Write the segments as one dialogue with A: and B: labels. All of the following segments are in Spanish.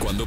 A: Cuando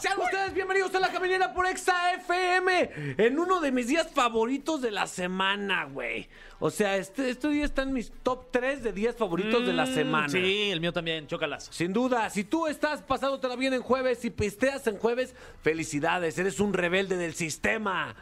B: Sean ustedes bienvenidos a la caminera por Exa FM en uno de mis días favoritos de la semana, güey. O sea, este, este día están mis top 3 de días favoritos de la semana.
C: Mm, Sí, el mío también, chócalas.
B: Sin duda, si tú estás pasándotela bien en jueves y pisteas en jueves, felicidades, eres un rebelde del sistema.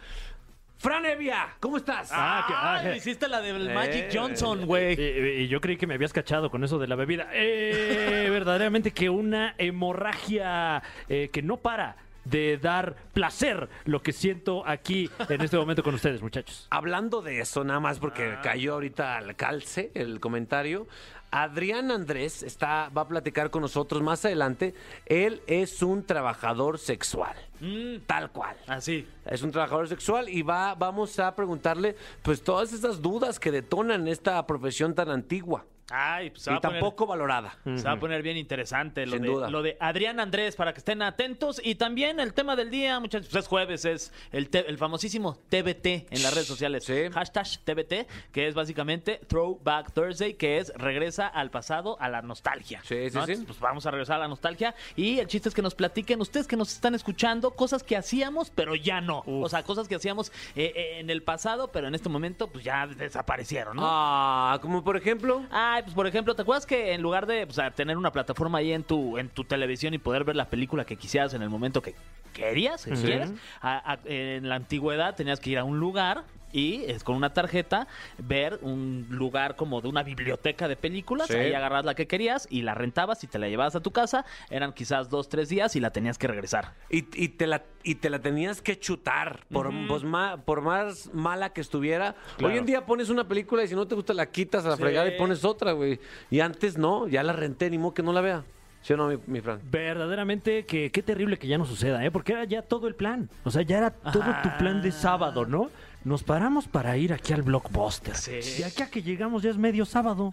B: Fran Evia, ¿cómo estás?
C: Ah,
D: que- ah, eh,
C: me hiciste la del
B: eh,
C: Magic Johnson, güey.
D: Y, y yo creí que me habías cachado con eso de la bebida. Eh, verdaderamente que una hemorragia eh, que no para de dar placer lo que siento aquí en este momento con ustedes, muchachos.
B: Hablando de eso, nada más porque
C: Ah.
B: cayó ahorita al calce el comentario. Adrián Andrés está, va a platicar con nosotros más adelante. Él es un trabajador sexual.
C: Mm.
B: Tal cual.
C: Así.
B: Es un trabajador sexual y va, vamos a preguntarle pues todas esas dudas que detonan esta profesión tan antigua
C: Ay, pues se va,
B: y
C: a poner, Mm.
B: tampoco valorada.
C: se va a poner bien interesante lo
B: Sin
C: de,
B: duda.
C: lo de Adrián Andrés para que estén atentos. Y también el tema del día, muchachos, pues es jueves, es el, te- el famosísimo TBT en las redes sociales.
B: Sí.
C: Hashtag TBT, que es básicamente Throwback Thursday, que es regresa al pasado, a la nostalgia.
B: Sí, sí,
C: ¿no?
B: sí.
C: Entonces, pues vamos a regresar a la nostalgia. Y el chiste es que nos platiquen ustedes que nos están escuchando cosas que hacíamos, pero ya no. O sea, cosas que hacíamos eh, eh, en el pasado, pero en este momento, pues ya desaparecieron, ¿no?
B: Ah, como por ejemplo.
C: Ay, pues por ejemplo, ¿te acuerdas que en lugar de pues, a tener una plataforma ahí en tu, en tu televisión y poder ver la película que quisieras en el momento que querías, que quieras, a- a- en la antigüedad tenías que ir a un lugar y es, con una tarjeta ver un lugar como de una biblioteca de películas,
B: Sí.
C: ahí agarras la que querías y la rentabas y te la llevabas a tu casa, eran quizás dos, tres días y la tenías que regresar.
B: Y, y te la, y te la tenías que chutar, por, pues, ma- por más mala que estuviera. Hoy en día pones una película y si no te gusta la quitas a la fregada y pones otra, güey. Y antes no, ya la renté, ni modo que no la vea. ¿Sí o no, mi, mi Fran?
D: Verdaderamente que qué terrible que ya no suceda, ¿eh? Porque era ya todo el plan. O sea, ya era todo tu plan
C: Ah.
D: de sábado, ¿no? Nos paramos para ir aquí al blockbuster. De aquí a que llegamos ya es medio sábado.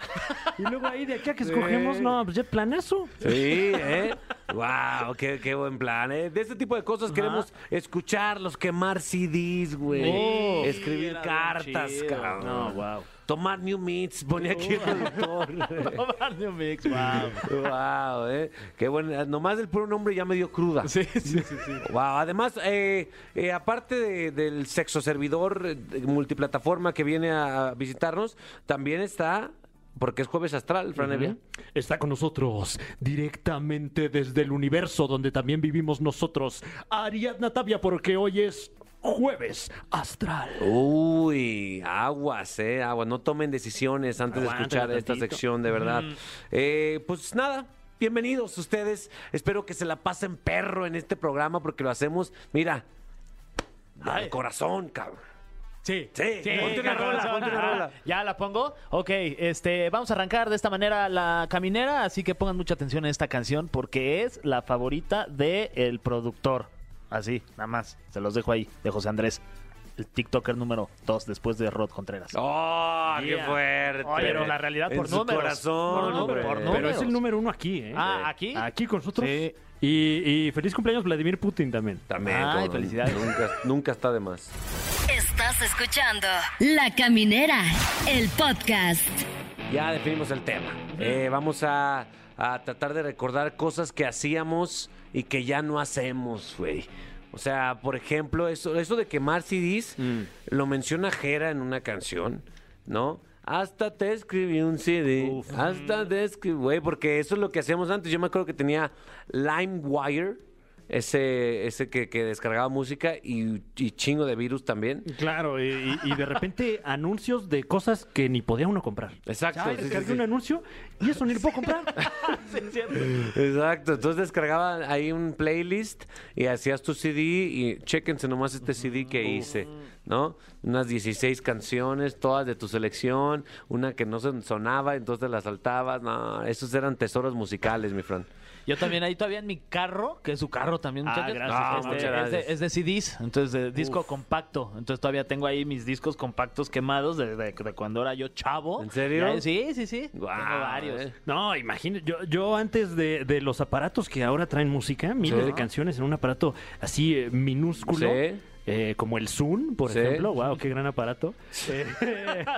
D: Y luego ahí de aquí a que escogemos, no, pues ya planazo.
B: Sí, ¿eh? ¡Wow! Qué, qué buen plan, ¿eh? De este tipo de cosas queremos escucharlos, quemar CDs, güey.
C: Oh.
B: escribir
C: Sí, era bien
B: cartas,
C: chido.
B: cabrón.
D: No, wow.
B: Tomar New Meats, ponía aquí el productor. wow, eh. Qué bueno. Nomás el puro nombre ya me dio cruda.
C: Sí, sí, sí,
B: Wow, además, eh, eh, aparte de- del sexo servidor eh, de multiplataforma que viene a visitarnos, también está, porque es jueves astral, Fran Evia.
D: Está con nosotros directamente desde el universo donde también vivimos nosotros, Ariadna Tapia, porque hoy es jueves astral.
B: Uy, aguas, eh, aguas. No tomen decisiones antes de
D: Aguántale
B: escuchar esta
D: tantito.
B: sección, de verdad. Eh, pues nada. Bienvenidos ustedes. Espero que se la pasen perro en este programa porque lo hacemos, mira,
C: Ay.
B: al corazón, cabrón.
C: Sí,
B: Sí, ponte una
C: cabrón.
B: rola, ponte una rola.
C: Ya la pongo. Ok, este, vamos a arrancar de esta manera la caminera, así que pongan mucha atención en esta canción porque es la favorita del el productor. Así, nada más. Se los dejo ahí, de José Andrés. El TikToker número 2 después de Rod Contreras.
B: ¡Oh, qué
C: Yeah.
B: fuerte!
C: Oye, pero la realidad
B: En
C: por
B: su
C: números.
B: corazón,
D: Ah,
C: Por números,
B: hombre.
C: por números.
D: Pero es el número uno aquí, ¿eh?
C: Ah, ¿aquí?
D: Aquí con nosotros.
C: Sí.
D: Y, y feliz cumpleaños Vladimir Putin también.
B: También.
C: Ay,
B: cómo no.
C: felicidades.
B: Nunca, nunca está de más.
E: Estás escuchando La Caminera, el podcast.
B: Ya definimos el tema. Eh, vamos a, a tratar de recordar cosas que hacíamos y que ya no hacemos, güey. O sea, por ejemplo, eso, eso de quemar CDs, lo menciona Jera en una canción, ¿no? Hasta te escribí un CD. Hasta te escribí, güey, porque eso es lo que hacíamos antes. Yo me acuerdo que tenía LimeWire, ese, ese que, que descargaba música y, y chingo de virus también.
D: Claro, y, y- y de repente anuncios de cosas que ni podía uno comprar.
B: Exacto.
D: Ay,
B: sí, sí,
D: descargué
B: sí.
D: un anuncio y eso ni lo puedo comprar.
B: Exacto, entonces descargaba ahí un playlist y hacías tu CD y chéquense nomás este CD que hice, ¿no? Unas 16 canciones, todas de tu selección, una que no son- sonaba, entonces te la saltabas, no, esos eran tesoros musicales, mi Fran.
C: Yo también ahí todavía en mi carro, que es su carro también,
D: Ah,
C: muchachos.
D: gracias,
C: Este,
B: muchas gracias.
C: Es, de, es de CDs, entonces de disco compacto. Entonces todavía tengo ahí mis discos compactos quemados desde de cuando era yo chavo.
B: ¿En serio?
C: Y ahí- sí, sí, sí.
B: Guau,
C: tengo varios.
B: eh.
D: No, imagínate, yo, yo antes de, de los aparatos que ahora traen música, miles
B: Sí.
D: de canciones en un aparato así eh, minúsculo,
B: Sí.
D: eh, como el Zoom, por
B: Sí.
D: ejemplo, wow, qué gran aparato. Eh,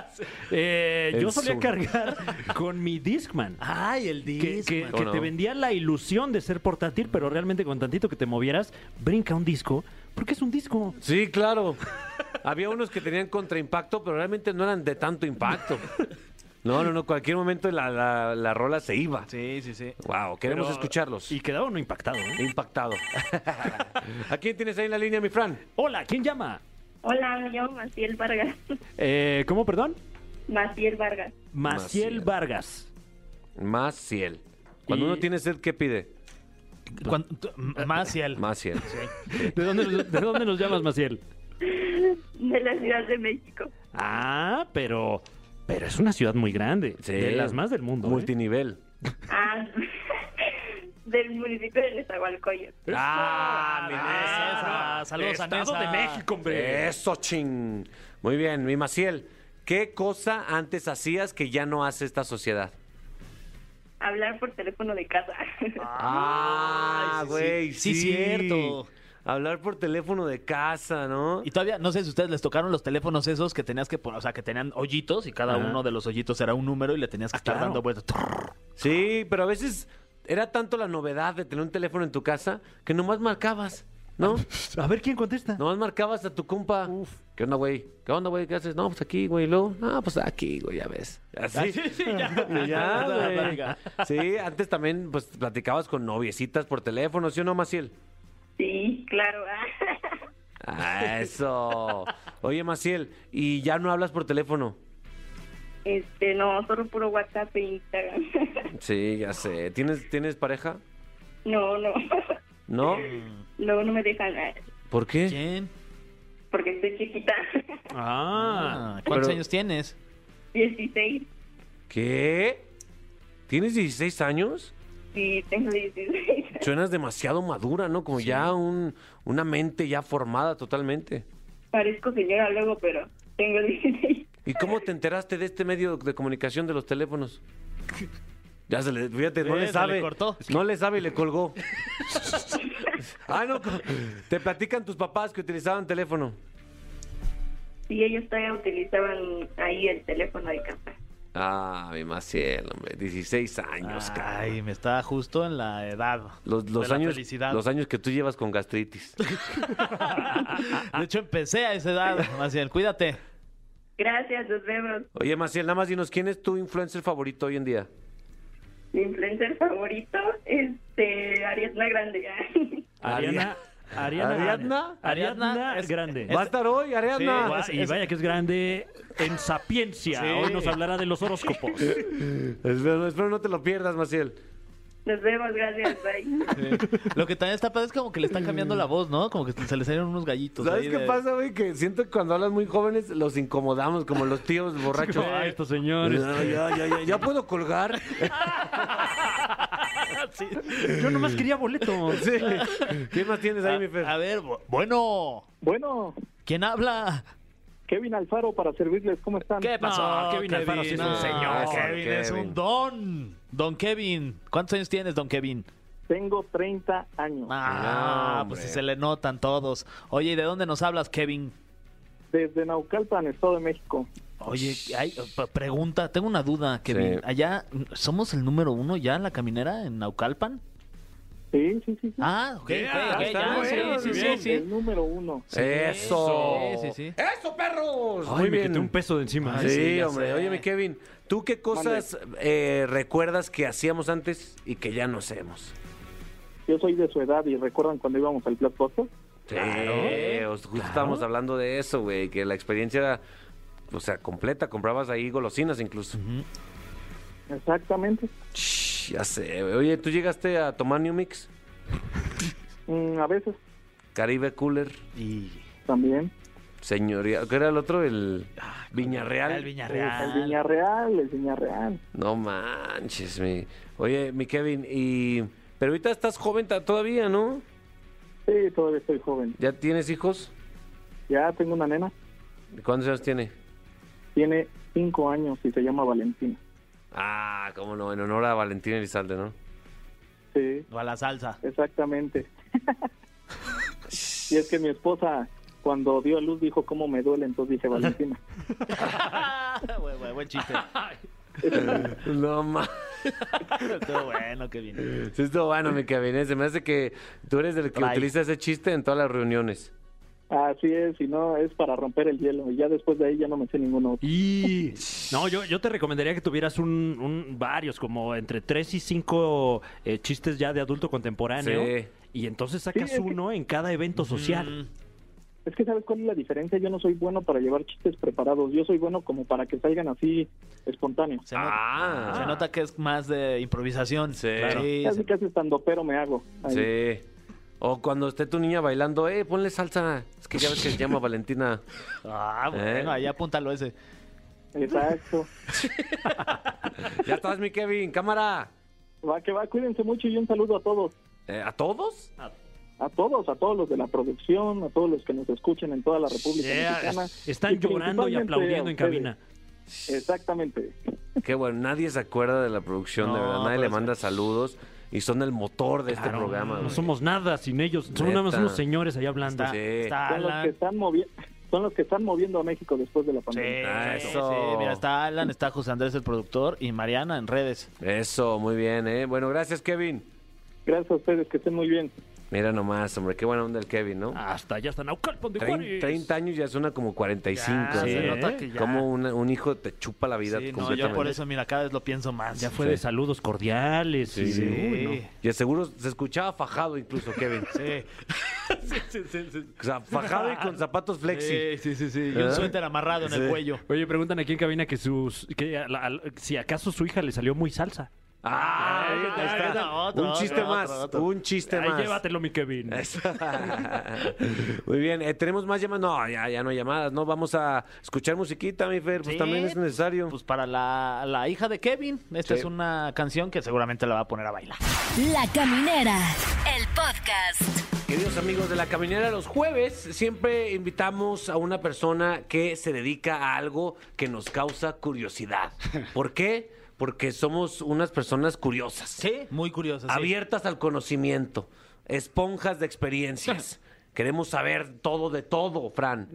D: eh, yo
B: El
D: solía
B: Zoom.
D: cargar con mi Discman.
C: Ay, el
D: Que,
C: disco.
D: que-
B: ¿O
D: que
B: no?
D: te vendía la ilusión de ser portátil, pero realmente con tantito que te movieras, brinca un disco, porque es un disco.
B: Sí, claro. Había unos que tenían contraimpacto, pero realmente no eran de tanto impacto. No, no, no. Cualquier momento la, la- la rola se iba.
C: Sí, sí, sí.
B: Wow, queremos
D: Pero-
B: escucharlos.
D: Y quedaba uno impactado. ¿eh?
B: Impactado. ¿A quién tienes ahí en la línea, mi Fran?
D: Hola, ¿quién llama?
F: Hola, me llamo Maciel Vargas.
D: Eh, ¿Cómo, perdón?
F: Maciel Vargas.
D: Maciel,
B: Maciel.
D: Vargas.
B: Más ciel. Cuando
D: Y-
B: uno tiene sed, ¿qué pide?
C: Cuan- t- m- más y el.
B: Más ciel.
D: ¿De dónde, nos- de dónde nos llamas, Maciel?
F: De la Ciudad de México.
D: Ah, pero, pero es una ciudad muy grande.
B: Sí.
D: De las más del mundo. ¿eh?
B: Multinivel.
F: Ah, del municipio de Nezahualcóyotl.
B: Ah, mi
C: Nesa.
B: Nesa.
C: Saludos a
D: Estado
C: Nesa.
D: de México, Ah, hombre.
B: Eso, ching. Muy bien, mi Maciel. ¿Qué cosa antes hacías que ya no hace esta sociedad?
F: Hablar por teléfono de casa.
B: Ah,
C: sí,
B: güey,
C: sí. Sí, cierto.
B: Hablar por teléfono de casa, ¿no?
C: Y todavía, no sé si ustedes les tocaron los teléfonos esos que tenías que poner, o sea, que tenían hoyitos y cada
D: Ajá.
C: uno de los hoyitos era un número y le tenías que
D: Ah,
C: estar
D: claro.
C: dando vueltas.
B: Sí, pero a veces era tanto la novedad de tener un teléfono en tu casa que nomás marcabas, ¿no?
D: A ver quién contesta.
B: Nomás marcabas a tu compa. ¿Qué onda, güey? ¿Qué onda, güey? ¿Qué haces? No, pues aquí, güey. Y Luego, ah, pues aquí, güey, ya ves. Así.
C: Ah, ya.
B: Ya,
C: Toda la
B: güey.
C: plática.
B: Sí, antes también, pues, platicabas con noviecitas por teléfono, ¿sí o no, Maciel?
F: Sí, claro. ah.
B: Ah, eso. Oye, Maciel, ¿y ya no hablas por teléfono?
F: Este, no, solo puro WhatsApp e Instagram.
B: Sí, ya sé. ¿Tienes, ¿tienes pareja?
F: No, no.
B: ¿No?
F: Luego no me dejan ah,
B: ¿Por qué?
C: ¿Quién?
F: porque estoy chiquita.
D: Ah.
C: Ah, ¿Cuántos
B: Pero-
C: años tienes?
F: 16.
B: ¿Qué? ¿Tienes 16 años?
F: Sí, tengo 16.
B: Suenas demasiado madura, ¿no? Como ya un, una mente ya formada totalmente.
F: Parezco señora luego, pero tengo 16.
B: ¿Y cómo te enteraste de este medio de comunicación de los teléfonos? Ya se le, fíjate, no
C: Eh,
B: le
C: se
B: sabe.
C: le cortó.
B: No le sabe y le colgó. ah, no. co- Te platican tus papás que utilizaban teléfono.
F: Sí, ellos todavía utilizaban ahí el teléfono de casa.
B: Ah, mi Maciel, hombre. 16 años,
C: Ah,
B: caray.
C: Ay, me está justo en la edad.
B: Los, los
C: de la
B: años,
C: felicidad.
B: los años que tú llevas con gastritis.
C: De hecho, empecé a esa edad, Maciel. Cuídate.
F: Gracias, nos vemos.
B: Oye, Maciel, nada más dinos, ¿quién es tu influencer favorito hoy en día?
F: Mi influencer favorito, este, Ariadna Grande.
B: Ah.
D: Ariana. Ariana.
B: ¿Ariadna?
D: Ariadna
C: Ariadna
D: es
C: es-
D: grande.
B: Va a estar hoy, Ariadna.
D: Ah, y vaya que es grande en sapiencia.
C: Sí.
D: Hoy nos hablará de los horóscopos.
B: espero, espero no te lo pierdas, Maciel.
F: Nos vemos, gracias, bye.
C: Lo que también está padre es como que le están cambiando la voz, ¿no? Como que se le salieron unos gallitos.
B: ¿Sabes
C: ahí
B: qué
C: de-
B: pasa, güey? Que siento que cuando hablas muy jóvenes los incomodamos, como los tíos borrachos. Ah,
D: Ay, estos señores.
B: Ya, ya, ya, ya, ya puedo colgar.
D: Yo nomás quería boletos.
B: Sí. ¿Quién más tienes
D: Ah,
B: ahí, mi Fer?
C: Ah, A, a ver, bu- bueno.
G: Bueno,
C: ¿Quién habla?
G: Kevin Alfaro para servirles, ¿cómo están?
D: ¿Qué pasó?
C: No,
D: Kevin Alfaro sí es un
C: no,
B: Ah,
D: señor.
C: Ah, Kevin, es
B: Kevin.
C: un don. Don Kevin. ¿Cuántos años tienes, don Kevin?
G: Tengo 30 años.
C: Ah,
B: No,
C: pues si
B: hombre.
C: se le notan todos. Oye, ¿y de dónde nos hablas, Kevin?
G: Desde Naucalpan, Estado de México.
C: Oye, ay, p- pregunta, tengo una duda, Kevin.
B: Sí.
C: Allá, ¿somos el número uno ya en la caminera en Naucalpan?
G: Sí, sí, sí. sí.
C: Ah, ok, ok, ok,
B: está
C: ya,
B: muy
C: sí,
B: bien,
C: sí,
B: muy
C: sí,
B: bien.
C: sí.
G: El número uno.
B: Eso.
C: Sí, sí, sí.
B: Eso, perros.
D: Ay,
B: Muy
D: me
B: bien. Ah,
D: quité un peso de encima.
B: Sí,
D: ¿eh?
C: Ay, sí, ya
B: hombre.
C: sé.
B: Oye, mi Kevin, ¿tú qué cosas eh, recuerdas que hacíamos antes y que ya no hacemos?
G: Yo soy de su edad y recuerdan cuando íbamos al Blockbuster.
B: Sí, os- justo estábamos hablando de eso, güey, que la experiencia era, o sea, completa, comprabas ahí golosinas incluso.
G: Exactamente.
B: Shh, Ya sé, güey. Oye, ¿tú llegaste a tomar New Mix?
G: Mm, a veces
B: Caribe Cooler,
C: Y
G: también.
B: señoría, ¿qué era el otro? El Viñarreal.
C: el Ah, Viñarreal.
G: El Viñarreal, el Viñarreal.
B: No manches, mi. Oye, mi Kevin, ¿y Pero ahorita estás joven ta- todavía, ¿no?
G: Sí, todavía estoy joven.
B: ¿Ya tienes hijos?
G: Ya tengo una nena,
B: ¿Cuántos años tiene?
G: tiene cinco años y se llama Valentina.
B: Ah, cómo no, en honor a Valentín Elizalde, ¿no?
G: Sí,
C: O a la salsa.
G: exactamente. y es que mi esposa cuando dio a luz dijo cómo me duele, entonces dije Valentina.
C: buen, buen- buen chiste.
B: No más.
C: Estuvo bueno, qué bien.
B: Sí, estuvo bueno, mi cabine. Se me hace que tú eres el que
C: Trae.
B: utiliza ese chiste en todas las reuniones.
G: Así es, y no, es para romper el hielo. Y ya después de ahí ya no me sé ninguno. otro.
D: Y no, yo, yo te recomendaría que tuvieras un, un- varios, como entre tres y cinco eh, chistes ya de adulto
C: Ah,
D: contemporáneo.
B: Sí.
D: Y entonces sacas
G: Sí, es que-
D: uno en cada evento social.
G: Es que ¿sabes cuál es la diferencia? Yo no soy bueno para llevar chistes preparados. Yo soy bueno como para que salgan así espontáneos.
C: Se, nota-
B: Ah.
C: se nota que es más de improvisación. Ah,
B: Sí.
C: Sí,
G: Casi
C: se-
G: casi estando pero me hago. Ahí.
B: Sí. O cuando esté tu niña bailando, eh, ponle salsa. Es que ya ves que se llama Valentina.
C: Ah, bueno,
B: Eh.
C: ahí apúntalo ese.
G: Exacto.
B: Ya estás, mi Kevin, cámara.
G: Va que va, cuídense mucho y un saludo a todos.
B: Eh, ¿A todos?
G: A todos, a todos los de la producción, a todos los que nos escuchen en toda la República
D: Yeah,
G: Mexicana.
D: Están llorando y
G: principalmente
D: aplaudiendo
G: a
D: en
G: ustedes.
D: cabina.
G: Exactamente.
B: Qué bueno, nadie se acuerda de la producción, de
C: No,
B: verdad. Nadie
C: pero
B: le
C: es-
B: manda saludos y son el motor de este
D: Claro,
B: programa.
D: no
B: güey.
D: somos nada sin ellos. Son
B: Neta.
D: nada más unos señores ahí hablando.
C: Está,
B: Sí.
C: está
G: Son los, que
C: Alan.
G: están movi- son los que están moviendo a México después de la
C: Sí,
G: pandemia.
B: Ah,
C: sí,
B: eso.
C: sí, Mira, está Alan, está José Andrés el productor y Mariana en redes.
B: Eso, muy bien, eh. Bueno, gracias, Kevin.
G: Gracias a ustedes, que estén muy bien.
B: Mira nomás, hombre, qué buena onda el Kevin, ¿no?
C: Ah,
D: Hasta allá están Naucalpan de
B: Trein-
D: Juárez.
B: 30 años ya suena como 45.
C: Ya,
D: se
B: ¿eh?
C: Ah, nota que ya.
B: Como una- un hijo te chupa la vida
C: Sí, no,
B: completamente.
C: yo por eso, mira, cada vez lo pienso más.
D: Ya fue de
B: Sí.
D: saludos cordiales. y
C: Sí.
D: de, uy, no.
B: Y de seguro se escuchaba fajado incluso, Kevin.
C: Sí.
B: O sea, fajado y con zapatos flexi.
C: Sí, sí, sí, sí. Y
B: ¿Verdad?
C: un suéter amarrado en
B: Sí.
C: el cuello.
D: Oye, preguntan aquí en cabina que sus que a la- al- si acaso su hija le salió muy salsa.
B: Ah,
C: Ay,
B: ahí
C: ay,
B: está.
C: no, otro,
B: un chiste
C: otro,
B: más,
C: otro, otro.
B: un chiste
D: Ahí
B: Este más. Este
D: llévatelo, mi Kevin.
B: Eso. Muy bien, eh, tenemos más llamadas. No, ya, ya no hay llamadas, no vamos a escuchar musiquita, mi Fer, pues
C: Sí,
B: también es necesario.
C: Pues para la, la hija de Kevin, esta
B: Sí.
C: es una canción que seguramente la va a poner a bailar.
E: La Caminera, el podcast.
B: Queridos amigos de la caminera, los jueves siempre invitamos a una persona que se dedica a algo que nos causa curiosidad. ¿Por qué? Porque somos unas personas curiosas,
C: Sí, muy curiosa. sí.
B: abiertas al conocimiento, esponjas de experiencias. Queremos saber todo de todo, Fran.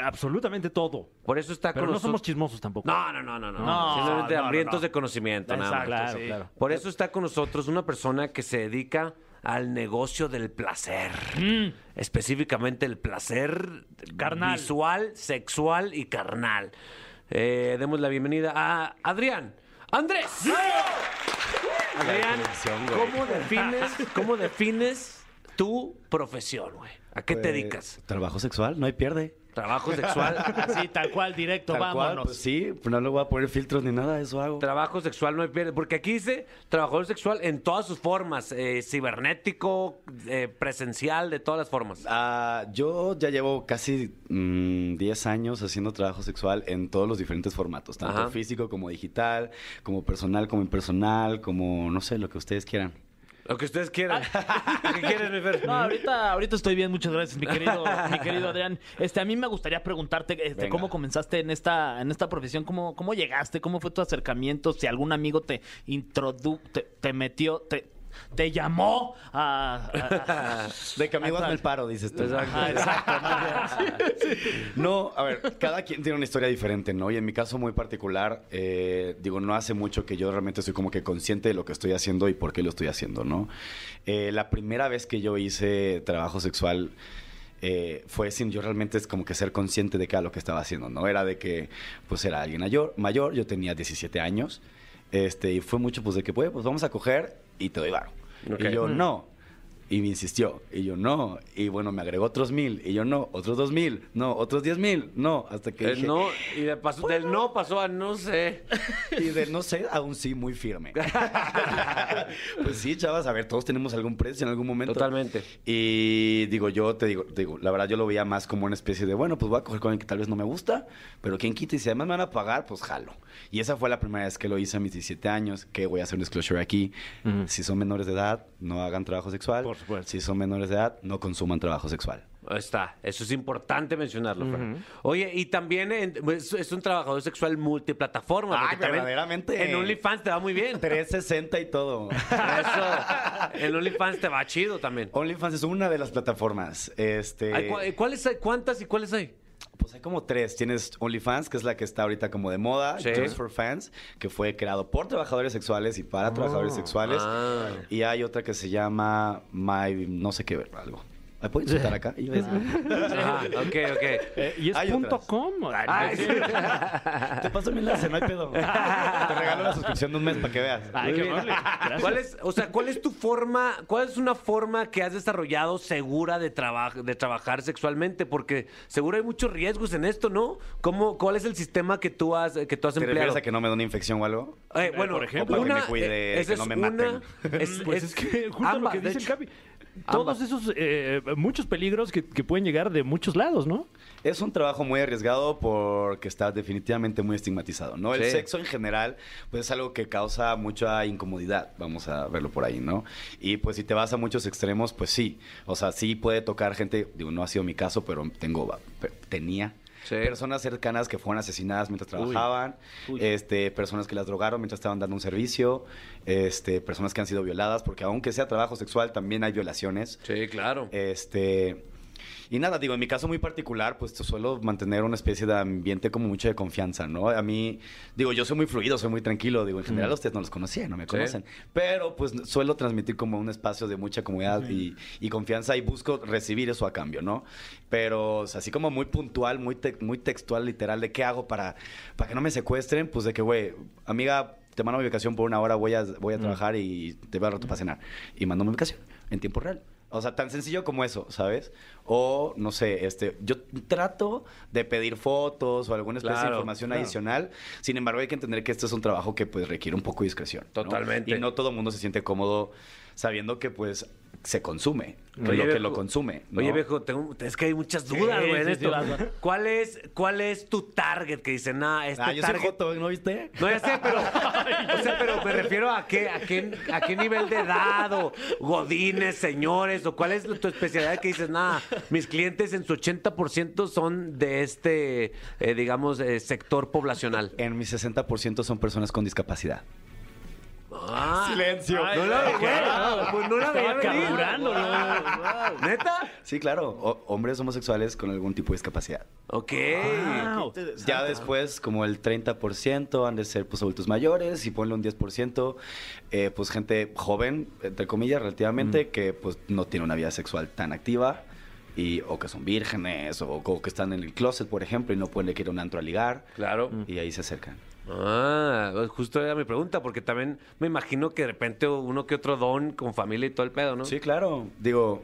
D: Absolutamente todo.
B: Por eso está
D: Pero
B: con
D: no somos
B: nosotros.
D: chismosos tampoco.
B: No, no, no, no, no.
C: No,
B: Simplemente
C: no, no,
B: hambrientos
C: no.
B: de conocimiento, nada más.
C: Exacto,
D: Claro,
C: sí.
D: claro.
B: Por eso está con nosotros una persona que se dedica al negocio del placer. Mm. Específicamente el placer
D: Carnal.
B: visual, sexual y carnal. Eh, demos la bienvenida a Adrián. Andrés. Adrián, ¿cómo defines, ¿cómo defines tu profesión, güey? ¿A qué te
H: Pues,
B: dedicas?
H: Trabajo sexual, no hay pierde.
B: ¿Trabajo sexual?
C: Así, tal cual, directo,
H: Tal
C: vámonos.
H: cual, pues sí, pues no le voy a poner filtros ni nada, eso hago.
B: Trabajo sexual no hay pierde, porque aquí dice trabajador sexual en todas sus formas, eh, cibernético, eh, presencial, de todas las formas.
H: Ah, yo ya llevo casi mm, 10 años haciendo trabajo sexual en todos los diferentes formatos, tanto
B: Ajá.
H: físico como digital, como personal como impersonal, como no sé, lo que ustedes quieran.
B: Lo que ustedes quieran. ¿Qué quieres, mi Fer?
C: No, ahorita, ahorita estoy bien, muchas gracias, mi querido, mi querido Adrián. Este, a mí me gustaría preguntarte este,
H: Venga.
C: cómo comenzaste en esta, en esta profesión, cómo, cómo llegaste, cómo fue tu acercamiento, si algún amigo te introdu, te, te metió, te, te llamó a, a- a-
H: De que amigos
C: Ajá.
H: el paro, dices tú.
C: Ah, exacto, más bien.
H: No, a ver, cada quien tiene una historia diferente, ¿no? Y en mi caso muy particular, eh, digo, no hace mucho que yo realmente soy como que consciente de lo que estoy haciendo y por qué lo estoy haciendo, ¿no? Eh, la primera vez que yo hice trabajo sexual eh, fue sin yo realmente es como que ser consciente de qué era lo que estaba haciendo, ¿no? Era de que, pues era alguien mayor, mayor yo tenía 17 años, este, y fue mucho pues de que, pues, pues vamos a coger y te doy varo.
B: Ok.
H: Y yo, no. Y me insistió. Y yo, no. Y bueno, me agregó otros mil. Y yo, no. Otros dos mil. No. Otros diez mil. No. Hasta que
B: El
H: dije,
B: Eh, no, y de paso, del no pasó a no sé.
H: Y de no sé, aún sí, muy firme. pues sí, chavas, a ver, todos tenemos algún precio en algún momento.
B: Totalmente.
H: Y digo, yo te digo, te digo, la verdad yo lo veía más como una especie de, bueno, pues voy a coger con alguien que tal vez no me gusta, pero quien quita y si además me van a pagar, pues jalo. Y esa fue la primera vez que lo hice a mis 17 años, que voy a hacer un disclosure aquí. Si son menores de edad, no hagan trabajo sexual.
D: Por supuesto.
H: Si son menores de edad, no consuman trabajo sexual.
B: Ahí Está, eso es importante mencionarlo, Fran. Oye, y también en- es, es un trabajador sexual multiplataforma.
H: Ay,
B: porque también
H: verdaderamente.
B: En OnlyFans te va muy bien.
H: 360 y todo.
B: Eso, en OnlyFans te va chido también.
H: OnlyFans es una de las plataformas. Este...
B: Ay, ¿cu- eh, ¿Cuáles hay? ¿Cuántas y cuáles hay?
H: Pues hay como tres. Tienes OnlyFans, que es la que está ahorita como de moda,
B: Sí.
H: Just for Fans, que fue creado por trabajadores sexuales y para trabajadores sexuales.
B: Oh, Ah.
H: Y hay otra que se llama My no sé qué algo. ¿Me puedes insultar acá? Y yo,
B: Ah, ok, ok.
D: Eh, y es
H: Hay
D: punto
H: otras.
D: com. Ay,
B: Ay, sí.
H: Te paso mi enlace, no hay pedo. Te regalo la suscripción de un mes para que veas.
D: Ay, qué
B: Muy bien.
D: amable. Gracias.
B: ¿Cuál es, o sea, cuál es tu forma, cuál es una forma que has desarrollado segura de, traba- de trabajar sexualmente? Porque seguro hay muchos riesgos en esto, ¿no? ¿Cómo, ¿Cuál es el sistema que tú has, que tú has
H: ¿Te refieres
B: empleado?
H: a que no me dé una infección o algo?
B: Eh, bueno,
H: por ejemplo, que me cuide,
B: eh, esa
H: que
B: es
H: no me
B: una-
H: maten.
B: es-
D: Pues es, que justo
B: ambas,
D: lo que
B: de
D: dice el
B: hecho.
D: Capi.
B: Ambas.
D: Todos esos, eh, muchos peligros que, que pueden llegar de muchos lados, ¿no?
H: Es un trabajo muy arriesgado porque está definitivamente muy estigmatizado, ¿no? El
B: Sí.
H: sexo en general, pues es algo que causa mucha incomodidad, vamos a verlo por ahí, ¿no? Y pues si te vas a muchos extremos, pues sí. O sea, sí puede tocar gente, digo, no ha sido mi caso, pero tengo, pe- tenía.
B: Sí.
H: Personas cercanas que fueron asesinadas mientras trabajaban, este, personas que las drogaron mientras estaban dando un servicio, este, personas que han sido violadas, porque aunque sea trabajo sexual, también hay violaciones.
B: Sí, claro.
H: Este. Y nada, digo, en mi caso muy particular, pues suelo mantener una especie de ambiente como mucho de confianza, ¿no? A mí, digo, yo soy muy fluido, soy muy tranquilo, digo, en general ustedes no los conocían, no me conocen, pero pues suelo transmitir como un espacio de mucha comunidad y, y confianza y busco recibir eso a cambio, ¿no? Pero o sea, así como muy puntual, muy, tec- muy textual, literal, de qué hago para, para que no me secuestren, pues de que, güey, amiga, te mando mi ubicación por una hora, voy a, voy
B: Mm.
H: a trabajar y te veo al rato para cenar. Y mando mi ubicación en tiempo real. O sea, tan sencillo como eso, ¿sabes? O, no sé, este, yo trato de pedir fotos o alguna especie
B: Claro,
H: de información
B: claro.
H: adicional. Sin embargo, hay que entender que este es un trabajo que pues requiere un poco de discreción. ¿no?
B: Totalmente.
H: Y no todo el mundo se siente cómodo sabiendo que pues se consume, que
B: Oye,
H: lo que
B: viejo-
H: lo consume. ¿no?
B: Oye, viejo, tengo- es que hay muchas dudas,
C: Sí,
B: güey, en
C: sí, sí,
B: esto.
C: vas, vas.
B: ¿Cuál, es, ¿Cuál es tu target? Que dicen, ah, este
H: Ah, yo soy
B: target...
H: joto, ¿no viste?
B: No, ya sé, pero, o sea, pero me refiero a qué, a qué, a qué nivel de edad o godines, señores, o cuál es tu especialidad que dices, nada, mis clientes en su 80% son de este, eh, digamos, eh, sector poblacional.
H: En mi 60% son personas con discapacidad.
B: Ah,
H: Silencio.
B: no la veía, pues no la veía
D: Estaba
B: venir.
D: carburando,
B: ¿Neta?
H: Sí, claro. o- hombres homosexuales con algún tipo de discapacidad.
B: Ok. Ah,
D: Wow.
H: Ya después, como el 30% han de ser pues adultos mayores y ponle un 10%, eh, pues gente joven, entre comillas, relativamente, que pues no tiene una vida sexual tan activa. Y, o que son vírgenes, o, o que están en el closet, por ejemplo, y no pueden ir a un antro a ligar.
B: Claro.
H: Y ahí se acercan.
B: Ah, pues justo era mi pregunta, porque también me imagino que de repente uno que otro don con familia y todo el pedo, ¿no?
H: Sí, claro. Digo,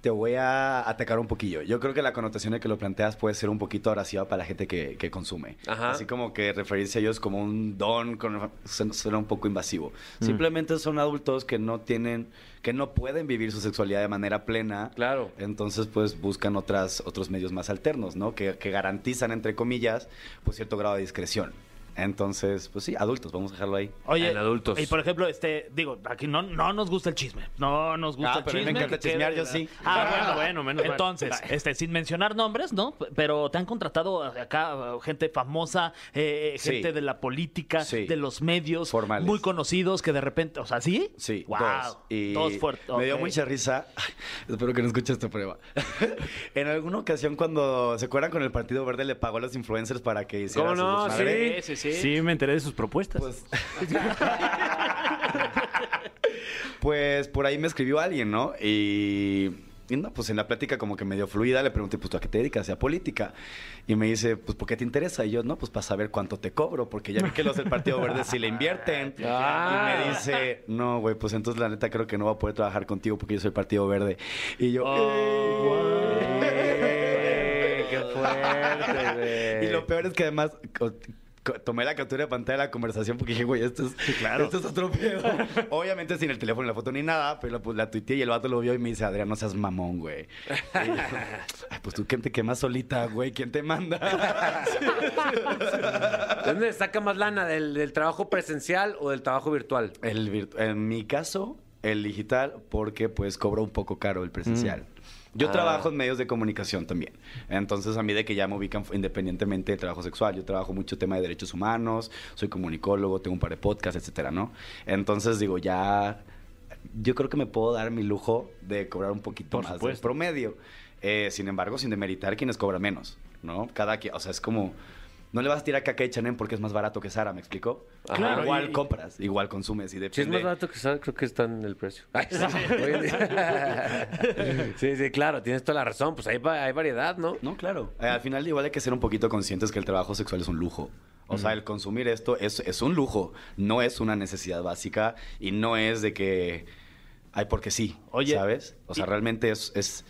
H: te voy a atacar un poquillo. Yo creo que la connotación de que lo planteas puede ser un poquito abrasiva para la gente que, que consume.
B: Ajá.
H: Así como que referirse a ellos como un don con- su- suena un poco invasivo.
B: Mm.
H: Simplemente son adultos que no tienen, que no pueden vivir su sexualidad de manera plena.
B: Claro.
H: Entonces, pues buscan otras, otros medios más alternos, ¿no? Que, que garantizan, entre comillas, pues cierto grado de discreción. Entonces, pues sí, adultos, vamos a dejarlo ahí.
C: Oye,
B: En adultos.
C: Y por ejemplo, este, digo, aquí no, no nos gusta el chisme. No nos gusta
H: Ah,
C: el
H: pero
C: chisme.
H: a mí me encanta
C: que quede
H: chismear,
C: de
H: yo
C: la-
H: sí.
C: Ah, bueno,
D: Ah, bueno, menos mal.
C: Entonces, este, sin mencionar nombres, ¿no? P- Pero te han contratado acá eh, gente famosa, eh,
H: Sí.
C: gente de la política,
H: Sí.
C: de los medios,
H: Formales.
C: muy conocidos que de repente, o sea, ¿sí?
H: Sí,
C: wow.
H: dos. Y
C: Dos fuertes.
H: Me dio
C: ok.
H: mucha risa. Espero que no escuches esta prueba. en alguna ocasión, cuando se acuerdan con el Partido Verde, le pagó a los influencers para que hicieran
B: ¿Cómo no?
H: su desmadre.
B: Sí.
C: Sí, sí, sí.
D: Sí, me enteré de sus propuestas.
H: Pues... pues por ahí me escribió alguien, ¿no? Y... Y no, pues en la plática como que medio fluida le pregunté, pues tú a qué te dedicas, a política. Y me dice, pues ¿por qué te interesa? Y yo, no, pues para saber cuánto te cobro, porque ya vi que los del Partido Verde sí le invierten.
B: Ah.
H: Y me dice, no, güey, pues entonces la neta creo que no va a poder trabajar contigo porque yo soy Partido Verde. Y yo,
D: Oh.
B: Güey, qué fuerte, güey.
H: Y lo peor es que además co- co- tomé la captura de pantalla de la conversación porque dije, güey, esto es, esto es otro pedo. Obviamente sin el teléfono, la foto ni nada, pero pues, la tuiteé y el vato lo vio y me dice, Adrián, no seas mamón, güey. Y yo, Ay, pues tú, ¿quién te quemas solita, güey? ¿Quién te manda?
B: ¿De ¿Dónde saca más lana? ¿Del, del trabajo presencial o del trabajo virtual?
H: El virtu- en mi caso, el digital, porque pues cobra un poco caro el
D: Mm.
H: presencial. Yo
D: Ah.
H: trabajo en medios de comunicación también. Entonces, a mí de que ya me ubican fu- independientemente del trabajo sexual, yo trabajo mucho tema de derechos humanos, soy comunicólogo, tengo un par de podcasts, etcétera, ¿no? Entonces, digo, ya. Yo creo que me puedo dar mi lujo de cobrar un poquito
D: Por
H: más del
D: supuesto.
H: promedio. Eh, sin embargo, sin demeritar quienes cobran menos, ¿no? Cada quien. O sea, es como. No le vas a tirar caca a H&M porque es más barato que Sara, ¿me explico?
B: Ajá.
H: Claro,
B: Claro,
H: igual
B: y-
H: compras, igual consumes y depende.
B: Si es más barato que Sara, creo que está en el precio. Ay, sí. Hoy en día. sí, sí, claro, tienes toda la razón. Pues hay, va- hay variedad, ¿no?
H: No, claro. Eh, al final igual hay que ser un poquito conscientes que el trabajo sexual es un lujo. O sea, el consumir esto es, es un lujo, no es una necesidad básica y no es de que hay porque sí,
C: Oye,
H: ¿sabes? O sea,
C: y-
H: realmente es, es,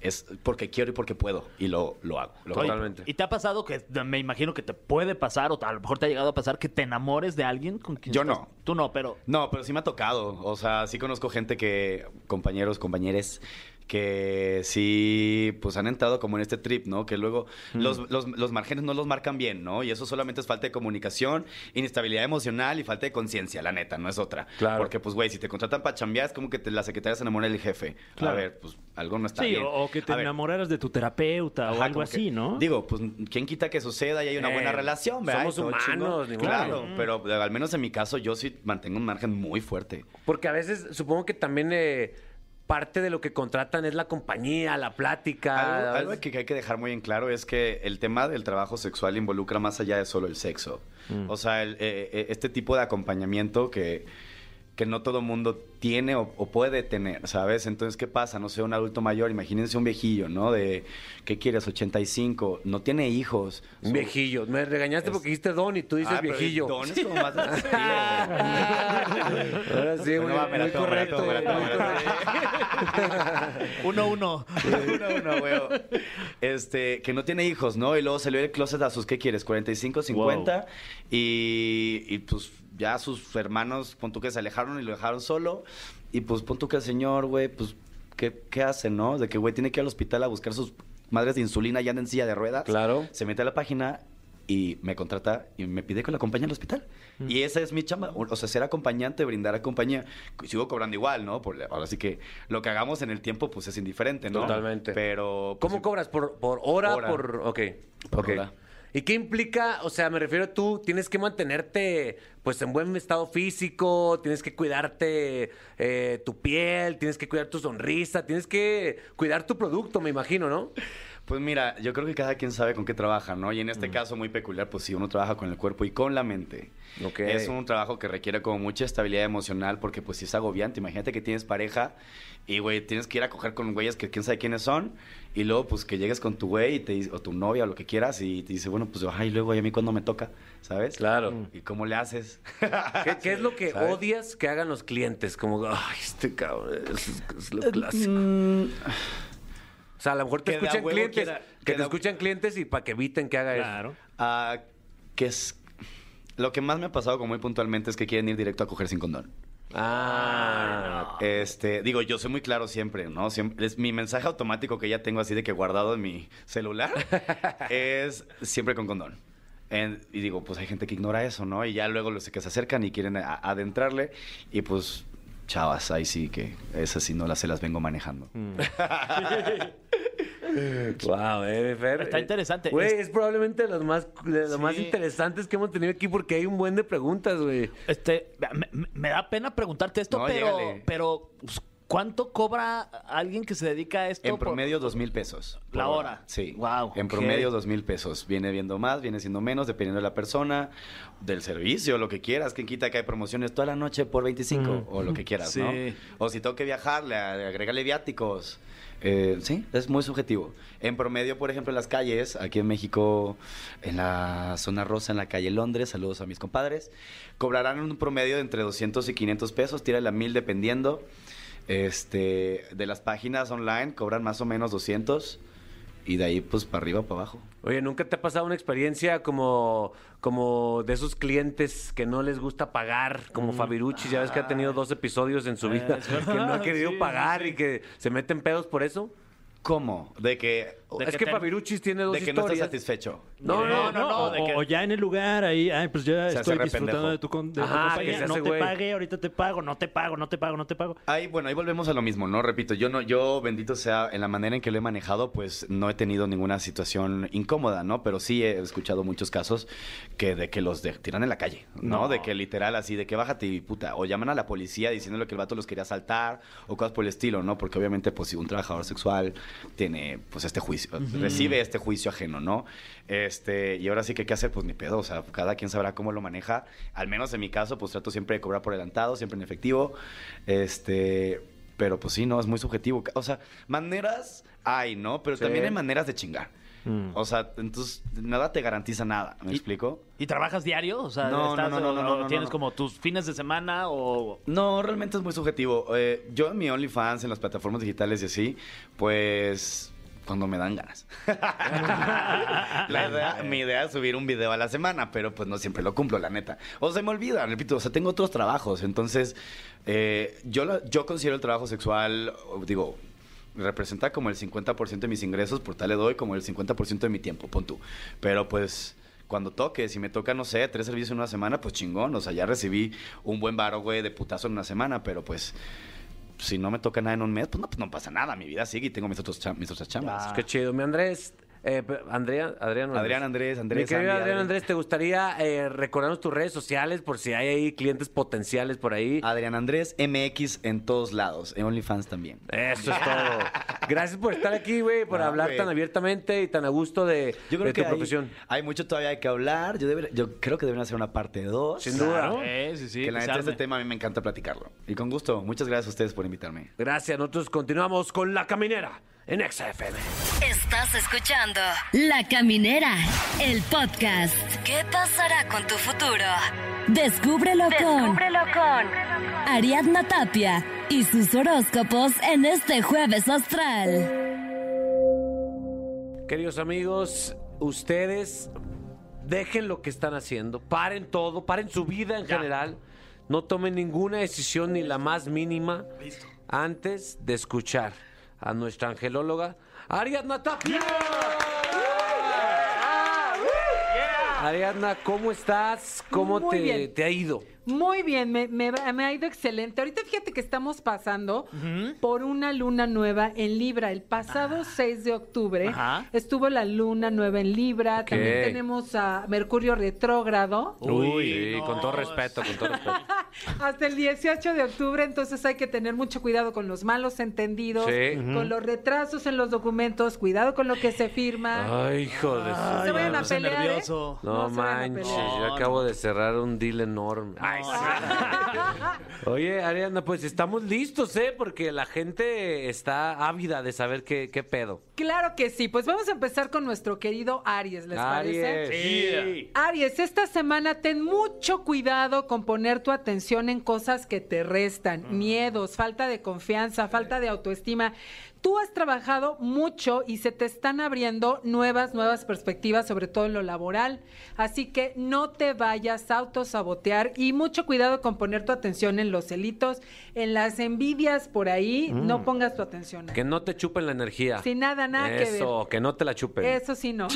H: es porque quiero y porque puedo y lo, lo hago. lo
B: Oye,
H: compro.
B: Totalmente.
C: ¿Y te ha pasado que me imagino que te puede pasar o a lo mejor te ha llegado a pasar que te enamores de alguien con quien
H: Yo
C: estás-
H: no.
C: Tú no, pero
H: No, pero sí me ha tocado. O sea, sí conozco gente que, compañeros, compañeres, que sí, pues han entrado como en este trip, ¿no? Que luego
B: Mm.
H: los, los- los márgenes no los marcan bien, ¿no? Y eso solamente es falta de comunicación, inestabilidad emocional y falta de conciencia, la neta, no es otra.
B: Claro.
H: Porque, pues, güey, si te contratan para chambear, es como que te- la secretaria se enamora del jefe. A
D: Claro.
H: ver, pues, algo no está
D: Sí,
H: bien.
D: o, o que te
H: A ver,
D: enamoraras de tu terapeuta o
H: Ajá,
D: algo
H: como que-
D: así, ¿no?
H: Digo, pues, ¿quién quita que suceda y hay una
B: Eh,
H: buena relación, verdad?
B: somos
H: Y todo
B: humanos,
H: chingón.
B: ni modo.
H: Claro, pero eh, al menos en mi caso yo sí mantengo un margen muy fuerte.
B: Porque a veces supongo que también eh, parte de lo que contratan es la compañía, la plática.
H: Algo,
B: a
H: algo
B: veces-
H: que hay que dejar muy en claro es que el tema del trabajo sexual involucra más allá de solo el sexo.
B: Mm.
H: O sea, el, eh, eh, este tipo de acompañamiento que, que no todo mundo tiene o, o puede tener, ¿sabes? Entonces, ¿qué pasa? No sé, un adulto mayor, imagínense un viejillo, ¿no? De, ¿qué quieres? 85, no tiene hijos.
B: Un viejillo. Me regañaste
H: Es-
B: porque dijiste don y tú dices
H: Ah, pero
B: viejillo.
H: Don es como más despectivo.
B: Ahora sí,
H: Bueno,
B: muy,
H: va, me la
B: muy
H: tomo, me la
B: correcto.
H: tomo, me la
B: güey,
H: tomo,
B: muy
H: me la tomo.
B: correcto.
C: uno uno.
H: Uno, uno, huevo. Este, que no tiene hijos, ¿no? Y luego salió del closet a sus, ¿qué quieres? 45, 50. Y, y, pues ya sus hermanos, pon tú que se alejaron y lo dejaron solo. Y pues pon tú que el señor, güey, pues, ¿qué, qué hace, no? De que, güey, tiene que ir al hospital a buscar sus madres de insulina y anda en silla de ruedas.
B: Claro.
H: Se mete a la página y me contrata y me pide que lo acompañe al hospital. Y esa es mi chamba. O o sea, ser acompañante, brindar compañía. Sigo cobrando igual, ¿no? Por la- ahora sí que lo que hagamos en el tiempo, pues es indiferente, ¿no?
B: Totalmente.
H: Pero. pues,
B: ¿Cómo cobras? ¿Por, por hora,
H: Hora.
B: Por. Ok.
H: Por
B: ok.
H: hora.
B: ¿Y qué implica? O sea, me refiero tú, tienes que mantenerte pues en buen estado físico, tienes que cuidarte eh, tu piel, tienes que cuidar tu sonrisa, tienes que cuidar tu producto, me imagino, ¿no?
H: Pues mira, yo creo que cada quien sabe con qué trabaja, ¿no? Y en este caso muy peculiar, pues sí, uno trabaja con el cuerpo y con la mente.
B: Ok.
H: Es un trabajo que requiere como mucha estabilidad emocional porque pues sí es agobiante. Imagínate que tienes pareja y, güey, tienes que ir a coger con güeyes que quién sabe quiénes son y luego pues que llegues con tu güey y te dice- o tu novia o lo que quieras y te dice, bueno, pues, ay, luego, ¿y a mí cuándo me toca? ¿Sabes? Mm.
B: Claro.
H: ¿Y cómo le haces?
B: ¿Qué, qué es lo que
H: ¿Sabes?
B: odias que hagan los clientes? Como, ay, este cabrón, es, es lo clásico.
H: mm.
B: O sea, a lo mejor te
H: Que de a
B: escuchan
H: huevo
B: clientes,
H: quiera-
B: que,
H: que
B: te
H: de a-
B: escuchan clientes y para que eviten que haga
D: Claro.
H: Ah, que es... Lo que más me ha pasado como muy puntualmente es que quieren ir directo a coger sin condón.
B: eso. Ah,
H: Este, digo, yo soy muy claro siempre, ¿no? Siempre, es mi mensaje automático que ya tengo así de que guardado en mi celular es siempre con condón. En- y digo, pues hay gente que ignora eso, ¿no? Y ya luego los que se acercan y quieren a- adentrarle y pues chavas, ahí sí que esas sí no las se las vengo manejando.
B: Wow, eh, Fer.
C: Está interesante.
B: Güey,
C: Es-
B: es probablemente de los más, de los más
H: Sí.
B: interesantes que hemos tenido aquí porque hay un buen de preguntas, güey.
C: Este, me, me- me da pena preguntarte esto,
H: No,
C: pero,
H: llégale.
C: pero pues, ¿Cuánto cobra alguien que se dedica a esto?
H: En
C: por-
H: promedio, dos mil pesos. por
C: ¿La hora?
H: Sí.
C: Guau,
H: En
C: ok.
H: promedio, dos mil pesos. Viene viendo más, viene siendo menos, dependiendo de la persona, del servicio, lo que quieras. Quien quita que hay promociones toda la noche por 25 o lo que quieras,
C: Sí.
H: ¿no? O si tengo que viajar, le- agregarle viáticos. Eh, sí, es muy subjetivo. En promedio, por ejemplo, en las calles, aquí en México, en la zona rosa, en la calle Londres, saludos a mis compadres, cobrarán un promedio de entre 200 y 500 pesos, tírale a mil dependiendo. Este, de las páginas online cobran más o menos 200 y de ahí pues para arriba, para abajo.
B: Oye, ¿nunca te ha pasado una experiencia como, como de esos clientes que no les gusta pagar, como
C: Mm,
B: Fabiruchi? Ya ves que ha tenido
C: ah.
B: dos episodios en su vida que no ha querido
C: Eh, sí,
B: pagar y que se meten pedos por eso.
H: ¿Cómo? De que,
C: De
H: de,
B: es
C: que
B: que
C: te-
B: Fabiruchis tiene dos
H: que no estás
B: historias.
H: satisfecho.
B: no, no, no, no.
D: O,
C: de que-
D: o ya en el lugar, ahí, ay, pues ya
H: Se hace
D: estoy
H: re
D: disfrutando
H: pendejo.
D: de tu, con- de tu
B: Ajá, que
D: compañía.
B: se
D: No
B: hace
D: te
B: güey.
D: pagué, ahorita te pago, no te pago, no te pago, no te pago.
H: Ahí, bueno, ahí volvemos a lo mismo, ¿no? Repito, yo no, yo, bendito sea, en la manera en que lo he manejado, pues no he tenido ninguna situación incómoda, ¿no? Pero sí he escuchado muchos casos que de que los de- tiran en la calle, ¿no? De que literal así, de que bájate y puta, o llaman a la policía diciéndole que el vato los quería asaltar, o cosas por el estilo, ¿no? Porque obviamente, pues, si un trabajador sexual tiene, pues, este juicio, recibe este juicio ajeno, ¿no? Este, y ahora sí que qué hacer, pues, ni pedo, o sea, cada quien sabrá cómo lo maneja. Al menos en mi caso, pues, trato siempre de cobrar por adelantado, siempre en efectivo, este... Pero pues sí, no, es muy subjetivo. O sea, maneras hay, ¿no? Pero también hay maneras de chingar. O sea, entonces nada te garantiza nada, ¿me explico?
C: ¿Y trabajas diario? O sea,
H: No,
C: estás-
H: no, no, no,
C: o-
H: no,
C: o
H: no,
C: ¿Tienes
H: no.
C: como tus fines de semana o...?
H: No, realmente es muy subjetivo. Eh, yo en mi OnlyFans, en las plataformas digitales y así, pues cuando me dan ganas. La idea- mi
B: eh.
H: idea es subir un video a la semana, pero pues no siempre lo cumplo, la neta. O se me olvida, repito, o sea, tengo otros trabajos. Entonces, eh, yo, la- yo considero el trabajo sexual, o digo, representa como el 50% de mis ingresos, por tal le doy como el 50% de mi tiempo, pon tú. Pero pues cuando toque, si me toca, no sé, tres servicios en una semana, pues chingón. O sea, ya recibí un buen varo, güey, de putazo en una semana, pero pues si no me toca nada en un mes, pues no, pues no pasa nada. Mi vida sigue y tengo mis, otros cha- mis otras
C: Ah.
H: chambas.
B: Qué chido. Mi Andrés, eh, pe- Andrea, Adrián, Andrés.
H: Adrián Andrés, Andrés,
B: Mi querido
H: Andy,
B: Adrián
H: Adri-
B: Andrés, ¿te gustaría eh, recordarnos tus redes sociales por si hay ahí clientes potenciales por ahí?
H: Adrián Andrés MX en todos lados, en OnlyFans también.
B: Eso es todo. Gracias por estar aquí, güey, por
H: Ah,
B: hablar
H: güey.
B: tan abiertamente y tan a gusto de,
H: Yo creo
B: de tu
H: que hay,
B: profesión.
H: hay mucho todavía que hablar. Yo, deber- yo creo que deben hacer una parte 2.
B: Sin duda.
C: Eh, sí, sí.
H: que la
C: se
H: neta este
C: arme.
H: tema a mí me encanta platicarlo. Y con gusto, muchas gracias a ustedes por invitarme.
B: Gracias, nosotros continuamos con La Caminera en XFM.
E: Estás escuchando La Caminera, el podcast. ¿Qué pasará con tu futuro? Descúbrelo, con Ariadna Tapia y sus horóscopos en este jueves astral.
B: Queridos amigos, ustedes dejen lo que están haciendo, paren todo, paren su vida en general, no tomen ninguna decisión ni la más mínima antes de escuchar a nuestra angelóloga Ariadna Tapia. Ah, uh. Ariadna, ¿cómo estás? ¿Cómo
I: Muy
B: te,
I: bien.
B: te ha ido?
I: Muy bien, me, me va- me ha ido excelente. Ahorita fíjate que estamos pasando por una luna nueva en Libra. El pasado 6 de octubre
C: Ajá.
I: estuvo la luna nueva en Libra. También tenemos a Mercurio retrógrado
B: Sí, con todo respeto, con todo respeto.
I: hasta el 18 de octubre. Entonces hay que tener mucho cuidado con los malos entendidos,
B: Sí.
I: con los retrasos en los documentos, cuidado con lo que se firma.
B: Ay, hijo de su-
I: No se vayan
C: me
I: a
C: puse
I: pelear. ¿eh?
C: nervioso.
B: No,
I: se vayan a
B: manches,
I: pelear.
B: yo
C: No,
B: acabo de cerrar un deal enorme. Ay, sí. Oye, Ariana, pues estamos listos, ¿eh? Porque la gente está ávida de saber qué, qué pedo.
I: Claro que sí. Pues vamos a empezar con nuestro querido Aries, ¿les parece?
B: Aries.
C: Sí.
D: Ah,
I: Aries, esta semana ten mucho cuidado con poner tu atención en cosas que te restan, miedos, falta de confianza, falta de autoestima. Tú has trabajado mucho y se te están abriendo nuevas, nuevas perspectivas, sobre todo en lo laboral. Así que no te vayas a autosabotear y mucho cuidado con poner tu atención en los celitos, en las envidias por ahí, no pongas tu atención. ahí.
B: Que no te chupen la energía.
I: Sí, nada, nada que ver.
B: Eso, que no te la chupen.
I: Eso sí, no.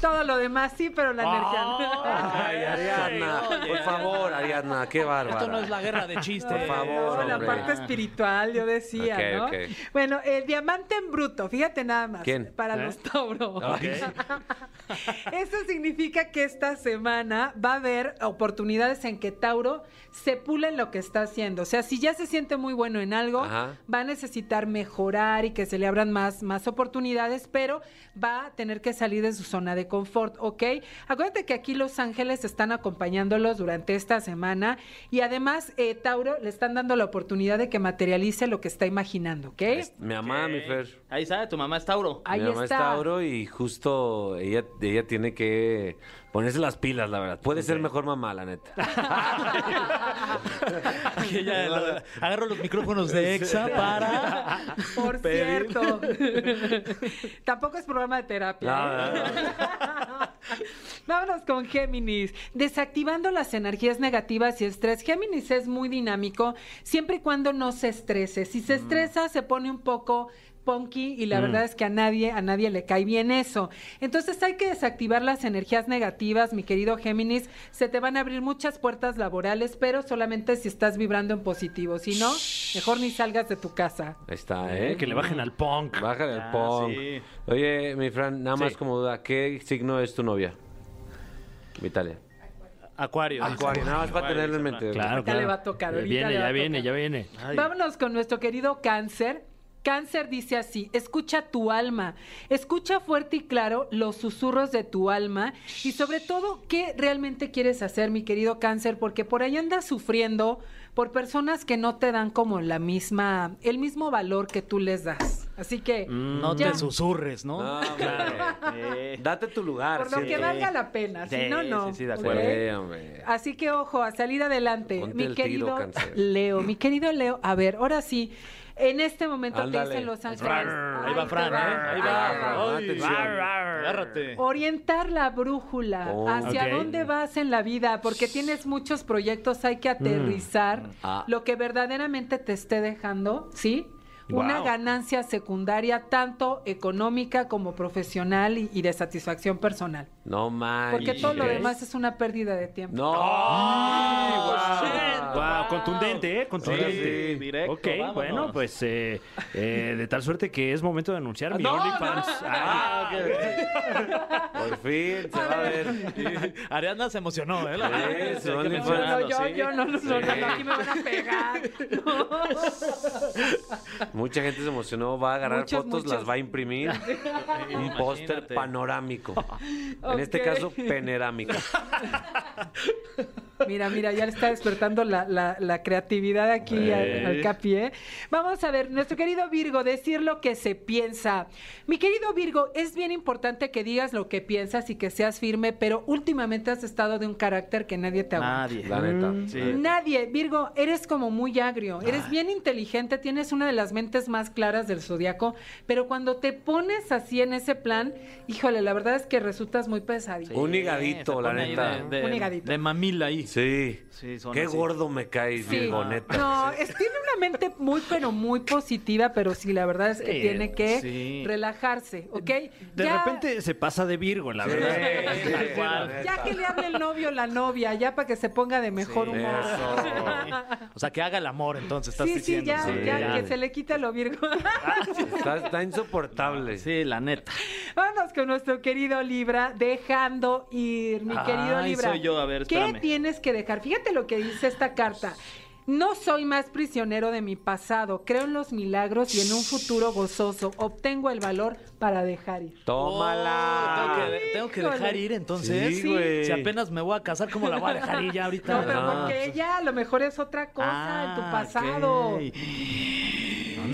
I: Todo lo demás sí, pero la energía no.
B: Ay, Ariana,
C: Oye.
B: por favor, Ariana, qué bárbara.
C: Esto no es la guerra de chistes.
B: Por favor,
I: No, la
B: hombre.
I: parte espiritual, yo decía,
B: Ok,
I: ¿no?
B: ok.
I: Bueno, el diamante en bruto, fíjate nada más.
B: ¿Quién?
D: ¿Eh?
I: Para los Tauro. Eso significa que esta semana va a haber oportunidades en que Tauro se pule en lo que está haciendo. O sea, si ya se siente muy bueno en algo,
B: Ajá.
I: va a necesitar mejorar y que se le abran más, más oportunidades, pero va a tener que salir de su zona de confort, ¿ok? Acuérdate que aquí Los Ángeles están acompañándolos durante esta semana y además eh, Tauro le están dando la oportunidad de que materialice lo que está imaginando, ¿ok?
B: Es- Mi mamá, mi Fer.
C: Ahí sabe, tu mamá es Tauro.
I: Ahí
B: mi mamá
I: está.
B: es Tauro y justo ella, ella tiene que ponerse las pilas, la verdad. Puede ser mejor mamá, la neta.
C: Aquí ya lo- agarro los micrófonos de EXA para...
I: Por cierto. Tampoco es programa de terapia.
B: No,
I: ¿eh? Vámonos con Géminis. Desactivando las energías negativas y estrés. Géminis es muy dinámico siempre y cuando no se estrese. Si se estresa, se pone un poco punky y la verdad es que a nadie a nadie le cae bien eso. Entonces hay que desactivar las energías negativas, mi querido Géminis, se te van a abrir muchas puertas laborales, pero solamente si estás vibrando en positivo, si no, mejor ni salgas de tu casa.
B: Ahí está, ¿eh?
D: Eh, que le bajen al punk.
B: Bájale el
C: Ah,
B: punk.
C: sí.
B: Oye, mi Fran, nada más
C: Sí.
B: como duda, ¿qué signo es tu novia? Vitalia.
C: Acuario.
B: Acuario, nada más para
C: Acuario,
B: tenerlo en
C: Isabel.
B: mente.
D: Claro,
I: Ahorita le
D: claro.
I: va a tocar, ahorita
D: Viene,
I: le va
D: ya
I: a
D: viene,
I: tocar.
D: ya viene.
C: Ay.
I: Vámonos con nuestro querido Cáncer. Cáncer dice así, escucha tu alma, escucha fuerte y claro los susurros de tu alma y sobre todo qué realmente quieres hacer, mi querido Cáncer, porque por ahí andas sufriendo por personas que no te dan como la misma, el mismo valor que tú les das. Así que
B: Mm,
C: No
I: ya,
C: te susurres, ¿no?
B: No, hombre.
C: Eh,
B: Date tu lugar.
I: por lo
B: sí.
I: que valga la pena, si
C: Sí,
I: no, no.
C: sí, sí, de
I: ¿ok?
C: acuerdo.
B: Sí, hombre.
I: Así que ojo, a salir adelante.
B: Ponte
I: mi
B: el tiro,
I: querido
B: cáncer.
I: Leo, mi querido Leo, a ver, ahora sí, en este momento
B: Ándale.
I: te dicen Los Ángeles.
C: Ahí va
I: te
C: Fran, ¿eh? Ahí
I: ahí te
B: va.
C: va.
B: Ay,
C: Atención. Agárrate.
I: Orientar la brújula
B: Oh.
I: hacia
D: Ok.
I: dónde vas en la vida, porque tienes muchos proyectos, hay que aterrizar
B: Ah.
I: lo que verdaderamente te esté dejando, ¿sí? Una
D: Wow.
I: ganancia secundaria, tanto económica como profesional y, y de satisfacción personal.
B: No man.
I: Porque todo lo
B: ¿crees?
I: demás es una pérdida de tiempo.
B: No.
C: ¡Ah! shit.
B: Guau.
D: Wow, contundente, ¿eh? Contundente.
B: sí,
C: directo,
D: Ok,
C: vámonos.
D: bueno, pues eh, eh, de tal suerte que es momento de anunciar mi
B: No,
D: OnlyFans.
B: no, no, no.
D: Ah,
B: Por fin se va a ver.
C: Ariadna se emocionó, ¿eh?
B: Sí,
C: verdad.
B: su
C: Hay que
B: OnlyFans.
I: No,
C: mencionarlo,
I: yo,
C: sí.
I: yo, no, no, no, no,
B: Sí.
I: no, aquí me van a pegar.
B: Mucha gente se emocionó, va a agarrar
I: Muchos,
B: fotos,
I: muchos.
B: las va a imprimir. un póster
C: imagínate.
B: panorámico. En este
I: Ok.
B: caso, penerámico.
I: Mira, mira, ya le está despertando la, la- la creatividad aquí al, al Capi, ¿eh? Vamos a ver, nuestro querido Virgo, decir lo que se piensa. Mi querido Virgo, es bien importante que digas lo que piensas y que seas firme, pero últimamente has estado de un carácter que nadie te aguanta.
C: Nadie.
B: La neta.
C: Sí.
I: Nadie, Virgo, eres como muy agrio, eres bien inteligente, tienes una de las mentes más claras del zodiaco, pero cuando te pones así en ese plan, híjole, la verdad es que resultas muy pesadito.
B: Un higadito,
C: se
B: la
C: pone ahí
B: neta.
C: De, de-
I: Un higadito.
C: de mamila ahí.
B: Sí.
C: Sí, son
B: Qué
C: así.
B: gordo me caes,
I: Sí.
B: Virgo, neta.
I: No, es- tiene una mente muy, pero muy positiva, pero sí, la verdad es que
D: Sí,
I: tiene que
C: sí.
I: relajarse, ¿ok?
D: de
I: Ya-
D: repente se pasa de Virgo, la verdad.
B: Sí,
C: Tal
B: sí,
C: cual.
B: la
I: Ya
B: neta.
I: que le hable el novio o la novia, ya para que se ponga de mejor humor.
B: Eso.
C: O sea, que haga el amor, entonces, estás
I: Sí, sí,
C: diciendo.
I: ya,
B: sí,
I: ya,
B: ya.
I: que se le quita lo virgo.
B: Está, está insoportable.
C: Sí, la neta.
I: Vámonos con nuestro querido Libra, dejando ir, mi querido
C: Ay,
I: Libra.
C: soy yo, a ver,
I: ¿Qué
C: espérame.
I: tienes que dejar? Fíjate lo que dice esta carta. No soy más prisionero de mi pasado, creo en los milagros y en un futuro gozoso. Obtengo el valor para dejar ir.
C: Oh, tengo,
B: Tómala.
C: que, tengo que
I: Híjole.
C: dejar ir, entonces.
B: Sí, güey.
C: Si apenas me voy a casar, ¿cómo la voy a dejar ir ya ahorita?
I: No, pero
B: Ah.
I: porque ella a lo mejor es otra cosa en tu
C: Ah,
I: pasado.
C: ok.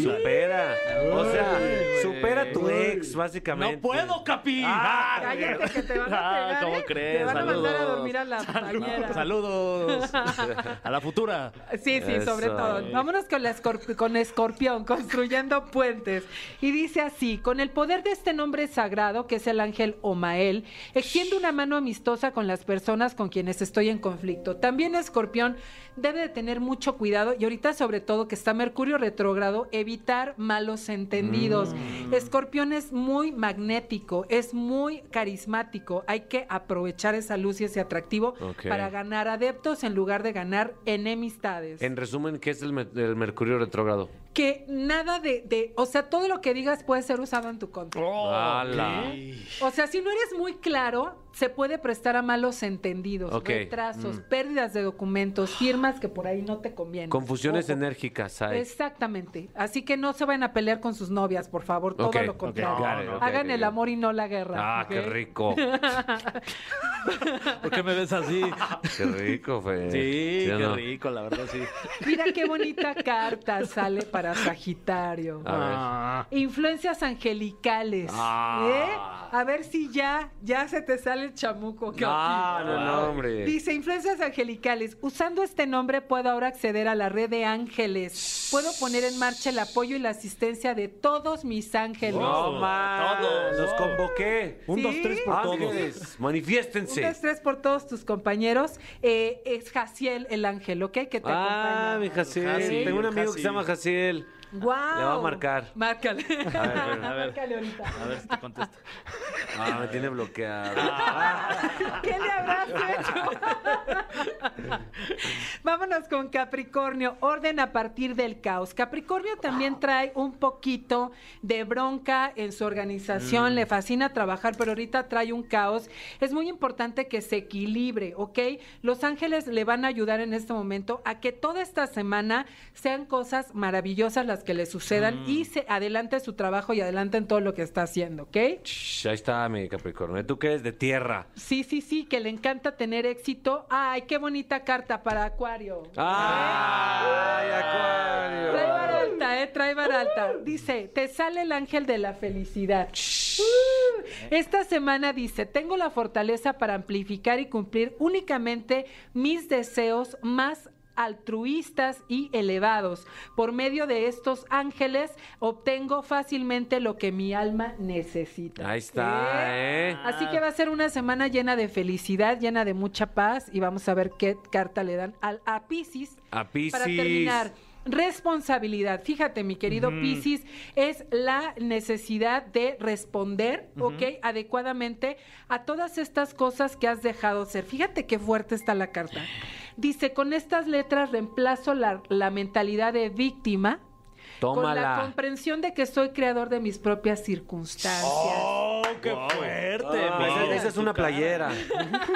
B: Supera. O sea,
C: Ay,
B: supera tu
C: güey.
B: ex, básicamente.
C: ¡No puedo, Capi!
B: Ah,
I: Cállate que te van a
C: Ah,
I: pegar,
C: ¿Cómo
I: ¿eh?
C: crees?
I: Te van
C: Saludos.
I: a mandar a dormir a la bañera.
C: Saludos. Saludos. A la futura.
I: Sí, sí, sobre
B: Eso.
I: todo. Vámonos con, la escorp- con Escorpión, construyendo puentes. Y dice así, con el poder de este nombre sagrado, que es el ángel Omael, extiendo una mano amistosa con las personas con quienes estoy en conflicto. También Escorpión debe de tener mucho cuidado y ahorita sobre todo que está Mercurio retrógrado, evitar malos entendidos. Escorpión es muy magnético, es muy carismático. Hay que aprovechar esa luz y ese atractivo
B: Ok.
I: para ganar adeptos en lugar de ganar enemistades.
B: En resumen, ¿qué es el, me- el Mercurio retrógrado?
I: que nada de, de- o sea, todo lo que digas puede ser usado en tu contra.
C: Oh,
B: ¡Hala!
I: O sea, si no eres muy claro, se puede prestar a malos entendidos,
B: Ok. mm.
I: retrasos, pérdidas de documentos, firmas que por ahí no te convienen.
B: Confusiones
I: Ojo.
B: enérgicas hay.
I: Exactamente. Así que no se vayan a pelear con sus novias, por favor. Todo
B: Ok,
I: lo
B: ok,
I: contrario.
B: got it, ok,
I: Hagan
B: ok,
I: el
B: ok.
I: amor y no la guerra.
B: Ah,
I: ¿ok?
B: qué rico.
C: ¿Por qué me ves así?
B: Qué rico, Fer.
C: Sí,
B: o
C: qué
B: no?
C: rico, la verdad, sí.
I: Mira qué bonita carta sale para Sagitario.
B: A ver.
D: Ah.
I: Influencias angelicales.
B: Ah.
I: ¿eh? A ver si ya, ya se te sale el chamuco. Capi.
B: No, no, no, hombre.
I: Dice, influencias angelicales. Usando este nombre puedo ahora acceder a la red de ángeles. Puedo poner en marcha el apoyo y la asistencia de todos mis ángeles.
B: No más. Los convoqué.
I: Un, dos, tres
D: por todos.
B: Ángeles,
I: Un, dos,
B: manifiéstense.
I: tres por todos tus compañeros. Eh, es Jaciel el ángel, ¿ok? Que te
B: Ah,
I: acompaña.
B: mi Jaciel.
C: Jaciel,
B: Tengo un amigo que
C: Jaciel.
B: se llama Jaciel.
I: Guau.
B: Le va a marcar.
I: Márcale.
B: ver,
C: a ver.
I: Márcale ahorita.
C: A ver si te contesto.
B: Ah, me tiene bloqueado. Ah.
I: ¿Qué le habrás hecho? Vámonos con Capricornio, orden a partir del caos. Capricornio también trae un poquito de bronca en su organización, le fascina trabajar, pero ahorita trae un caos. Es muy importante que se equilibre, ¿ok? Los ángeles le van a ayudar en este momento a que toda esta semana sean cosas maravillosas las que le sucedan y se adelante su trabajo y adelante en todo lo que está haciendo, ¿ok?
B: Shh, ahí está mi Capricornio. ¿Tú que eres de tierra?
I: Sí, sí, sí, que le encanta tener éxito. Ay, qué bonita carta para Acuario.
B: ¡Ay,
I: Trae
B: Acuario!
I: baralta, eh, trae baralta. Dice, te sale el ángel de la felicidad. Uh, Esta semana dice, tengo la fortaleza para amplificar y cumplir únicamente mis deseos más altruistas y elevados. Por medio de estos ángeles obtengo fácilmente lo que mi alma necesita.
B: Ahí está, ¿eh?
I: Así que va a ser una semana llena de felicidad, llena de mucha paz y vamos a ver qué carta le dan al, a Pisces.
B: A Piscis.
I: Para terminar, responsabilidad. Fíjate, mi querido Piscis, es la necesidad de responder, ¿ok? Adecuadamente a todas estas cosas que has dejado ser. Fíjate qué fuerte está la carta. Dice, con estas letras reemplazo la, la mentalidad de víctima. Con la
B: Tómala.
I: comprensión de que soy creador de mis propias circunstancias.
C: ¡Oh, qué fuerte!
B: Ah,
C: mira,
B: esa- esa es
C: tu
B: una
C: cara.
B: playera.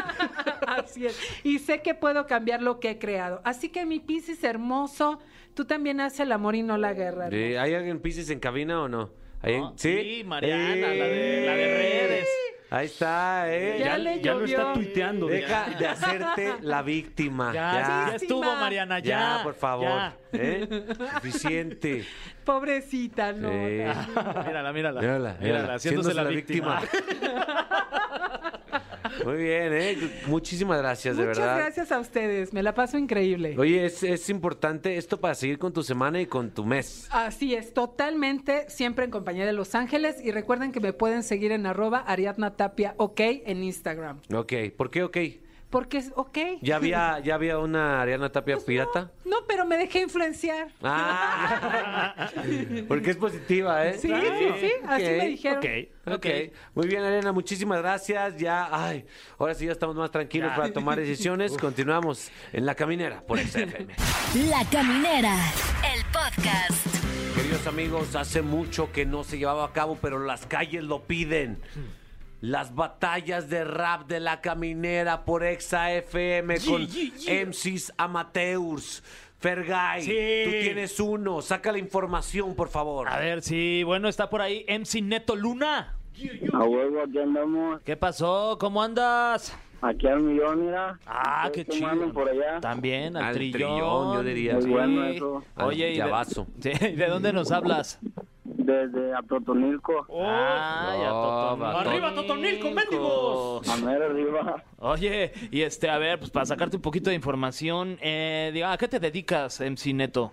I: Así es. Y sé que puedo cambiar lo que he creado. Así que mi Piscis hermoso, tú también haces el amor y no la guerra. hermano.
B: Eh, ¿Hay alguien Pisces en cabina o no? ¿Hay alguien?
C: No, sí, Mariana, la de- la de redes.
B: Ahí está, ¿eh?
I: Ya le
D: ya lo está
I: llovió.
D: tuiteando.
B: Deja de hacerte la víctima.
C: Ya,
B: Ya,
C: ya estuvo, Mariana, ya.
B: Ya, por favor.
C: ya.
B: ¿eh? Suficiente.
I: Pobrecita, no.
B: Sí.
C: Mírala, mírala.
B: Mírala, mírala,
C: haciéndose la víctima.
B: Muy bien, ¿eh? Muchísimas gracias, de
I: Muchas
B: verdad.
I: gracias a ustedes, me la paso increíble.
B: Oye, es, es importante esto para seguir con tu semana y con tu mes.
I: Así es, totalmente, siempre en compañía de Los Ángeles. Y recuerden que me pueden seguir en arroba Ariadna Tapia, ok, en Instagram.
B: Ok, ¿por qué ok?
I: Porque es ok.
B: ¿Ya había, ya había una Ariana Tapia pirata?
I: Pues No, pero me dejé influenciar.
B: Ah, porque es positiva, ¿eh?
I: Sí, sí, sí, así
B: Ok,
I: me dijeron.
B: Ok, ok. Muy bien, Ariana, muchísimas gracias. Ya, ay, ahora sí ya estamos más tranquilos para tomar decisiones. Continuamos en La Caminera por XFM.
E: La Caminera, el podcast.
B: Queridos amigos, hace mucho que no se llevaba a cabo, pero las calles lo piden. Las batallas de rap de la caminera por Exa FM con MCs Amateurs. Fergay,
C: Sí.
B: tú tienes uno. Saca la información, por favor.
C: A ver, sí, bueno, está por ahí MC Neto Luna.
G: A huevo, aquí andamos,
C: ¿Qué pasó? ¿Cómo andas?
G: aquí al millón, mira.
C: Ah, qué
G: ¿Cómo andan
C: chido.
G: por allá?
C: También al,
B: Al
C: trillón.
B: trillón, yo diría. Muy
G: bueno eso.
B: Al
C: Oye, ¿y de,
B: llavazo.
C: Sí, ¿y de dónde nos hablas?
G: Desde Atotonilco,
B: Oh.
C: Ah, ya Totonilco.
B: ¡Arriba,
C: Totonilco, mendigos!
G: a mera arriba.
C: Oye, y este, a ver, pues para sacarte un poquito de información, eh, diga, ¿a qué te dedicas, MC Neto?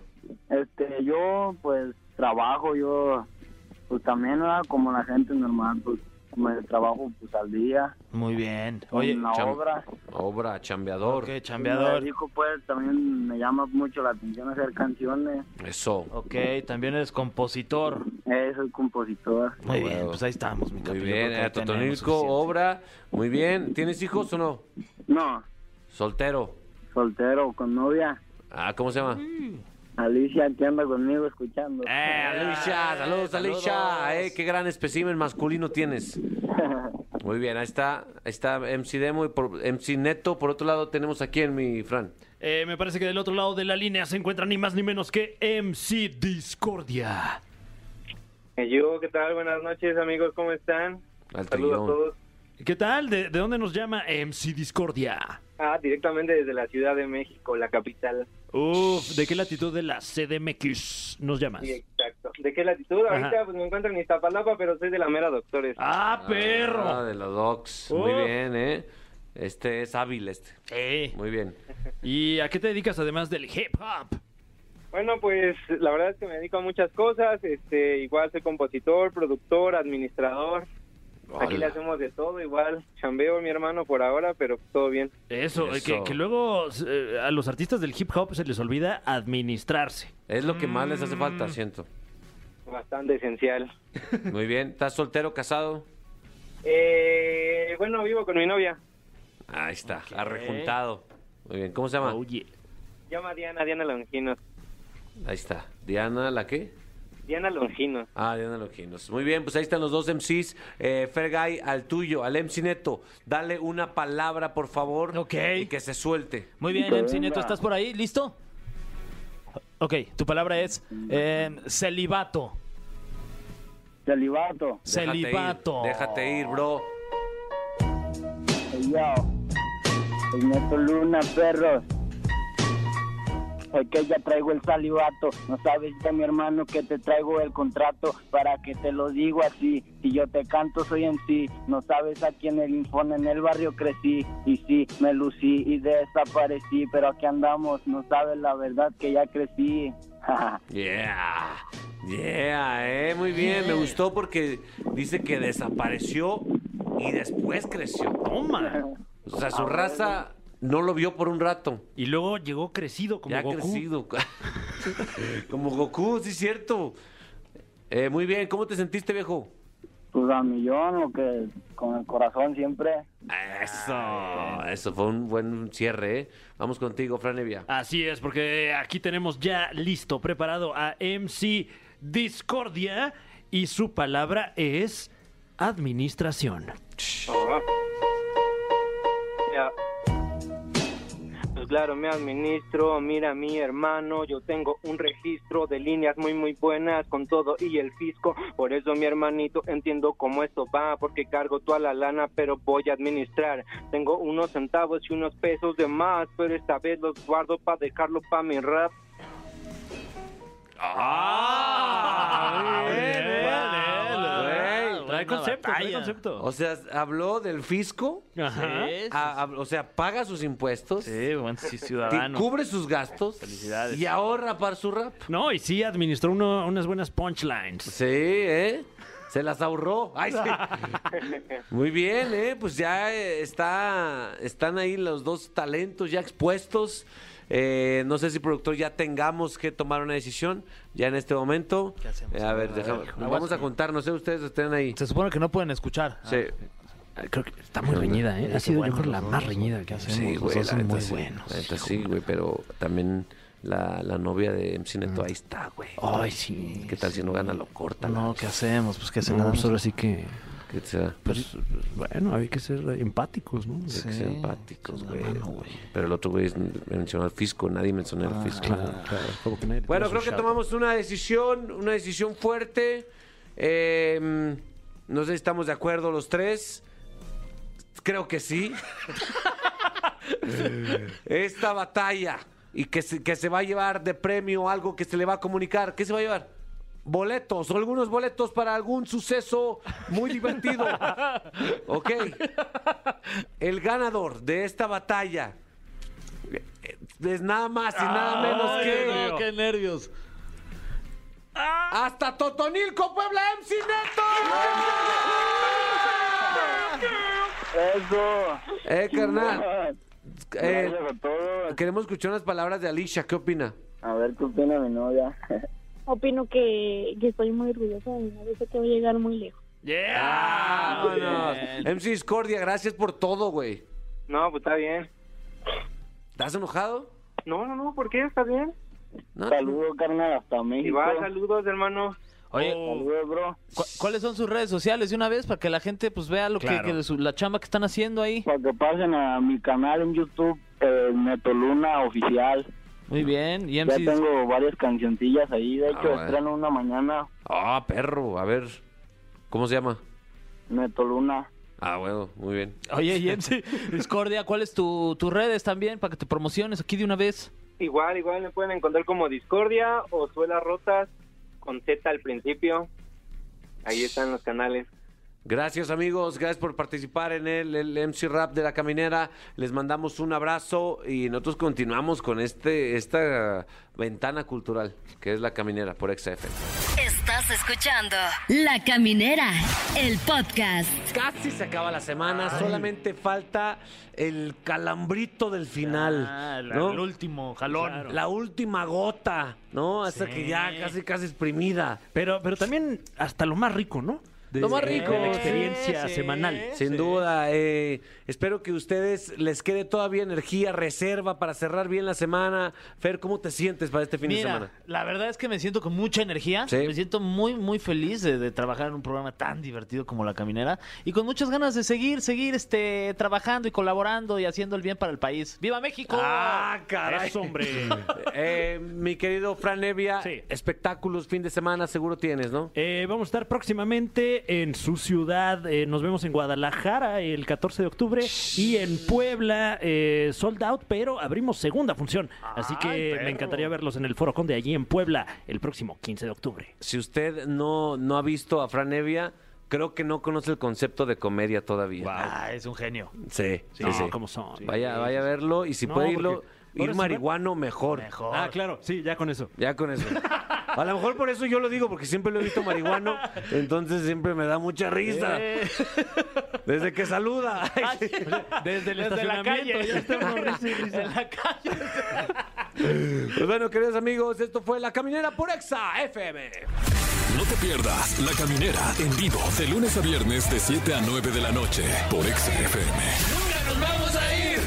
G: Este, yo, pues, trabajo, yo, pues, también, ¿verdad? Como la gente normal, pues, me trabajo, pues, al día.
C: Muy bien. Oye,
G: en la
B: cham-
G: obra.
B: Obra, chambeador.
C: qué
G: Me
C: chambeador.
G: dedico, pues, también me llama mucho la atención hacer canciones.
B: Eso.
C: Ok, también eres compositor.
G: Eh, soy compositor.
C: Muy bien,
B: Huevo.
C: pues ahí estamos, mi
B: Muy
C: capitán.
B: bien,
C: Yo creo
B: a
C: que tenemos
B: Totonilco,
C: suficiente.
B: obra. Muy bien. ¿Tienes hijos o no?
G: No,
B: Soltero.
G: soltero, con novia.
B: Ah, ¿cómo se llama?
G: Alicia, que anda conmigo escuchando.
J: Ah,
B: Eh, Alicia, saludos, Alicia. Eh, qué gran espécimen masculino tienes. Muy bien, ahí está, ahí está MC Demo y por, MC Neto. Por otro lado, tenemos aquí en mi Fran.
D: Eh, me parece que del otro lado de la línea se encuentra ni más ni menos que MC Discordia.
J: Eh, Yo, ¿qué tal? Buenas noches, amigos, ¿cómo están? Saludos a
B: Al trillón.
J: todos.
D: ¿Qué tal? ¿De, de dónde nos llama MC Discordia?
J: Ah, directamente desde la Ciudad de México, la capital.
D: Uf, ¿de qué latitud de la CDMX nos llamas?
J: Sí, exacto. ¿De qué latitud?
D: Ajá.
J: Ahorita pues, me encuentro en Iztapalapa, pero soy de la mera doctores.
D: ¡Ah,
B: Ah,
D: perro!
B: de los docs. Muy
D: Uf.
B: bien, ¿eh? Este es hábil, este.
D: Sí.
B: Muy bien.
D: Eh, ¿Y a qué te dedicas además del hip hop?
J: Bueno, pues la verdad es que me dedico a muchas cosas. Este, igual soy compositor, productor, administrador. Aquí le
B: Hola.
J: hacemos de todo, igual. Chambeo mi hermano por ahora, pero todo bien.
D: Eso, eh, Que,
B: Eso.
D: que luego eh, a los artistas del hip hop se les olvida administrarse.
B: Es lo que más les hace falta, siento.
J: Bastante esencial.
B: Muy bien. ¿Estás soltero, casado?
J: Eh, bueno, vivo con mi novia.
B: Ahí está, arrejuntado. Muy bien, ¿cómo se llama?
D: Oye.
J: Llama Diana, Diana Longinos.
B: Ahí está. Diana, ¿la qué?
J: Diana Longinos.
B: Ah, Diana Loquinos. Muy bien, pues ahí están los dos MCs. Eh, Fergay, al tuyo, al MC Neto. Dale una palabra, por favor.
C: Ok.
B: Y que se suelte.
C: Muy bien, MC Neto, ¿estás por ahí? ¿Listo? Ok, tu palabra es eh, celibato.
G: Celibato.
B: Déjate ir,
C: Celibato.
B: déjate ir, bro.
G: Hey, yo. El Neto Luna, perros. Porque ya traigo el salivato. No sabes ya, mi hermano, que te traigo el contrato. Para que te lo digo así. Si yo te canto, soy en sí. No sabes a quién el infón en el barrio crecí. Y sí, me lucí y desaparecí. Pero aquí andamos. No sabes la verdad que ya crecí.
B: Yeah. Yeah, eh. Muy bien, me gustó porque dice que desapareció y después creció.
D: Toma.
B: O sea, su raza no lo vio por un rato.
D: Y luego llegó crecido como
B: ya ha
D: Goku.
B: crecido. Como Goku, sí, es cierto. Eh, muy bien, ¿cómo te sentiste, viejo?
G: Pues a millón, lo que con el corazón siempre.
B: Eso, eso fue un buen cierre, ¿eh? Vamos contigo, Franevia.
D: Así es, porque aquí tenemos ya listo, preparado a MC Discordia y su palabra es administración.
J: Ya. Pues claro, me administro, mira mi hermano, yo tengo un registro de líneas muy muy buenas con todo y el fisco, por eso mi hermanito entiendo cómo esto va, porque cargo toda la lana pero voy a administrar, tengo unos centavos y unos pesos de más, pero esta vez los guardo para dejarlo para mi rap.
D: ¡Ah!
B: Muy bien,
D: bien,
B: bien. Oh,
D: bien. Trae concepto, trae concepto.
B: O sea, habló del fisco,
D: Ajá.
B: a- a- o sea, paga sus impuestos,
C: Sí, buen sí,
B: ti-
C: ciudadano.
B: cubre sus gastos
C: Felicidades.
B: y ahorra para su rap.
D: No, y sí administró uno- unas buenas punchlines.
B: Sí, ¿eh? Se las ahorró. Ay, sí. Muy bien, ¿eh? Pues ya eh, está, están ahí los dos talentos ya expuestos. Eh, no sé si, productor, ya tengamos que tomar una decisión ya en este momento.
C: ¿Qué hacemos?
B: Eh, a ver,
C: A ver,
B: déjame-
C: aguas.
B: vamos a contar, no sé, ustedes estén ahí.
C: Se supone que no pueden escuchar.
B: Sí,
D: Ah, Creo que está muy reñida, ¿eh? Ha sido yo creo la más reñida que hacemos.
B: sí,
D: pues Los
B: güey.
D: dos
B: la
D: son
B: neta
D: muy
B: sí,
D: buenos.
B: la neta sí, güey, pero también la, la novia de MC Neto, ahí está, güey.
D: Mm. Ay, sí.
B: ¿Qué tal si no gana, lo corta?
C: No, ¿qué hacemos? Pues que se
D: No, pues ahora sí que...
B: ¿Qué será?
D: Pues, pues, bueno, hay que ser empáticos, ¿no?
B: Hay que
C: Sí,
B: ser empáticos,
C: pues,
B: güey.
C: la mano, güey. Ah,
B: Pero el otro güey es- me mencionó el fisco, nadie mencionó el fisco. Bueno, creo que tomamos una decisión, una decisión fuerte. Eh, no sé si estamos de acuerdo los tres. Creo que sí. Esta batalla y que se, que se va a llevar de premio algo que se le va a comunicar. ¿Qué se va a llevar? Boletos, o algunos boletos para algún suceso muy divertido. Ok. El ganador de esta batalla es nada más y nada menos que.
C: qué nervios.
B: Hasta Totonilco, Puebla, MC Neto.
G: Eso.
B: Eh, carnal,
G: Chingón.
B: eh,
G: Gracias a todos.
B: queremos escuchar unas palabras de Alicia. ¿Qué opina?
G: A ver qué opina mi novia.
K: Opino que, que estoy muy orgullosa de mi novio, sé que voy a llegar muy lejos.
B: Ah, Vámonos. MC Discordia, gracias por todo, güey.
J: No, pues está bien.
B: ¿Estás enojado?
J: No, no, no, ¿por qué? ¿Está bien?
G: Saludos, carnal, hasta México.
J: Igual, saludos, hermano.
D: Oh,
C: Oye,
G: Saludos, bro.
C: ¿cu- ¿cuáles son sus redes sociales de una vez para que la gente pues vea lo que-
G: Claro.
C: que, de su- la chamba que están haciendo ahí?
G: Para que pasen a mi canal en YouTube, eh, Netoluna Oficial.
C: Muy bien, y
G: Ya
C: MC
G: tengo varias cancioncillas ahí. De
B: Ah,
G: hecho,
B: bueno.
G: estreno una mañana,
B: Ah, perro. A ver. ¿Cómo se llama?
G: Netoluna.
B: Ah, bueno, muy bien.
C: Oye, y MC Discordia, ¿cuáles tu, tus redes también para que te promociones aquí de una vez?
J: Igual, igual me pueden encontrar como Discordia o Suelas Rotas con Z al principio. Ahí están los canales.
B: Gracias amigos, gracias por participar en el, el MC Rap de la Caminera. Les mandamos un abrazo y nosotros continuamos con este esta ventana cultural que es la Caminera por XF.
E: Estás escuchando La Caminera, el podcast.
B: Casi se acaba la semana, solamente falta el calambrito del final, ¿no?
C: Ah, el último jalón.
B: La última gota, ¿no? Hasta
D: Sí.
B: que ya casi casi exprimida.
D: Pero, pero también hasta lo más rico, ¿no? De-
B: Lo más rico.
D: De la experiencia
B: Sí,
D: semanal.
B: Sin duda, eh, espero que ustedes les quede todavía energía, reserva para cerrar bien la semana. Fer, ¿cómo te sientes para este fin de
C: Mira,
B: semana?
C: la verdad es que me siento con mucha energía.
B: Sí.
C: Me siento muy, muy feliz de, de trabajar en un programa tan divertido como La Caminera y con muchas ganas de seguir, seguir este, trabajando y colaborando y haciendo el bien para el país. ¡Viva México!
B: ¡Ah, caray!
D: Eso, hombre.
B: Eh, mi querido Fran Evia,
D: Sí.
B: espectáculos fin de semana seguro tienes, ¿no?
D: Eh, vamos a estar próximamente en su ciudad. Eh, nos vemos en Guadalajara el 14 de octubre y en Puebla, eh, sold out, pero abrimos segunda función. Así que me encantaría verlos en el Foro Conde allí en Puebla el próximo 15 de octubre.
B: Si usted no, no ha visto a Fran Evia, creo que no conoce el concepto de comedia todavía.
C: Ah, es un genio.
B: Sí, sí,
D: No,
B: sí.
D: ¿cómo son?
B: Vaya, vaya a verlo y si
D: No,
B: puede
D: porque
B: irlo,
D: ahora
B: ir
D: sí,
B: marihuano mejor.
C: Mejor.
D: Ah, claro, sí, ya con eso.
B: Ya con eso. A lo mejor por eso yo lo digo, porque siempre lo he visto marihuano, entonces siempre me da mucha risa. Desde que saluda.
D: Desde el
C: Desde la
D: estacionamiento,
C: calle.
D: ya estamos risa y risa.
C: En la calle.
B: Pues bueno, queridos amigos, esto fue La Caminera por Exa FM.
A: No te pierdas La Caminera en vivo de lunes a viernes de 7 a 9 de la noche por Exa FM.
B: ¡Nunca nos vamos a ir!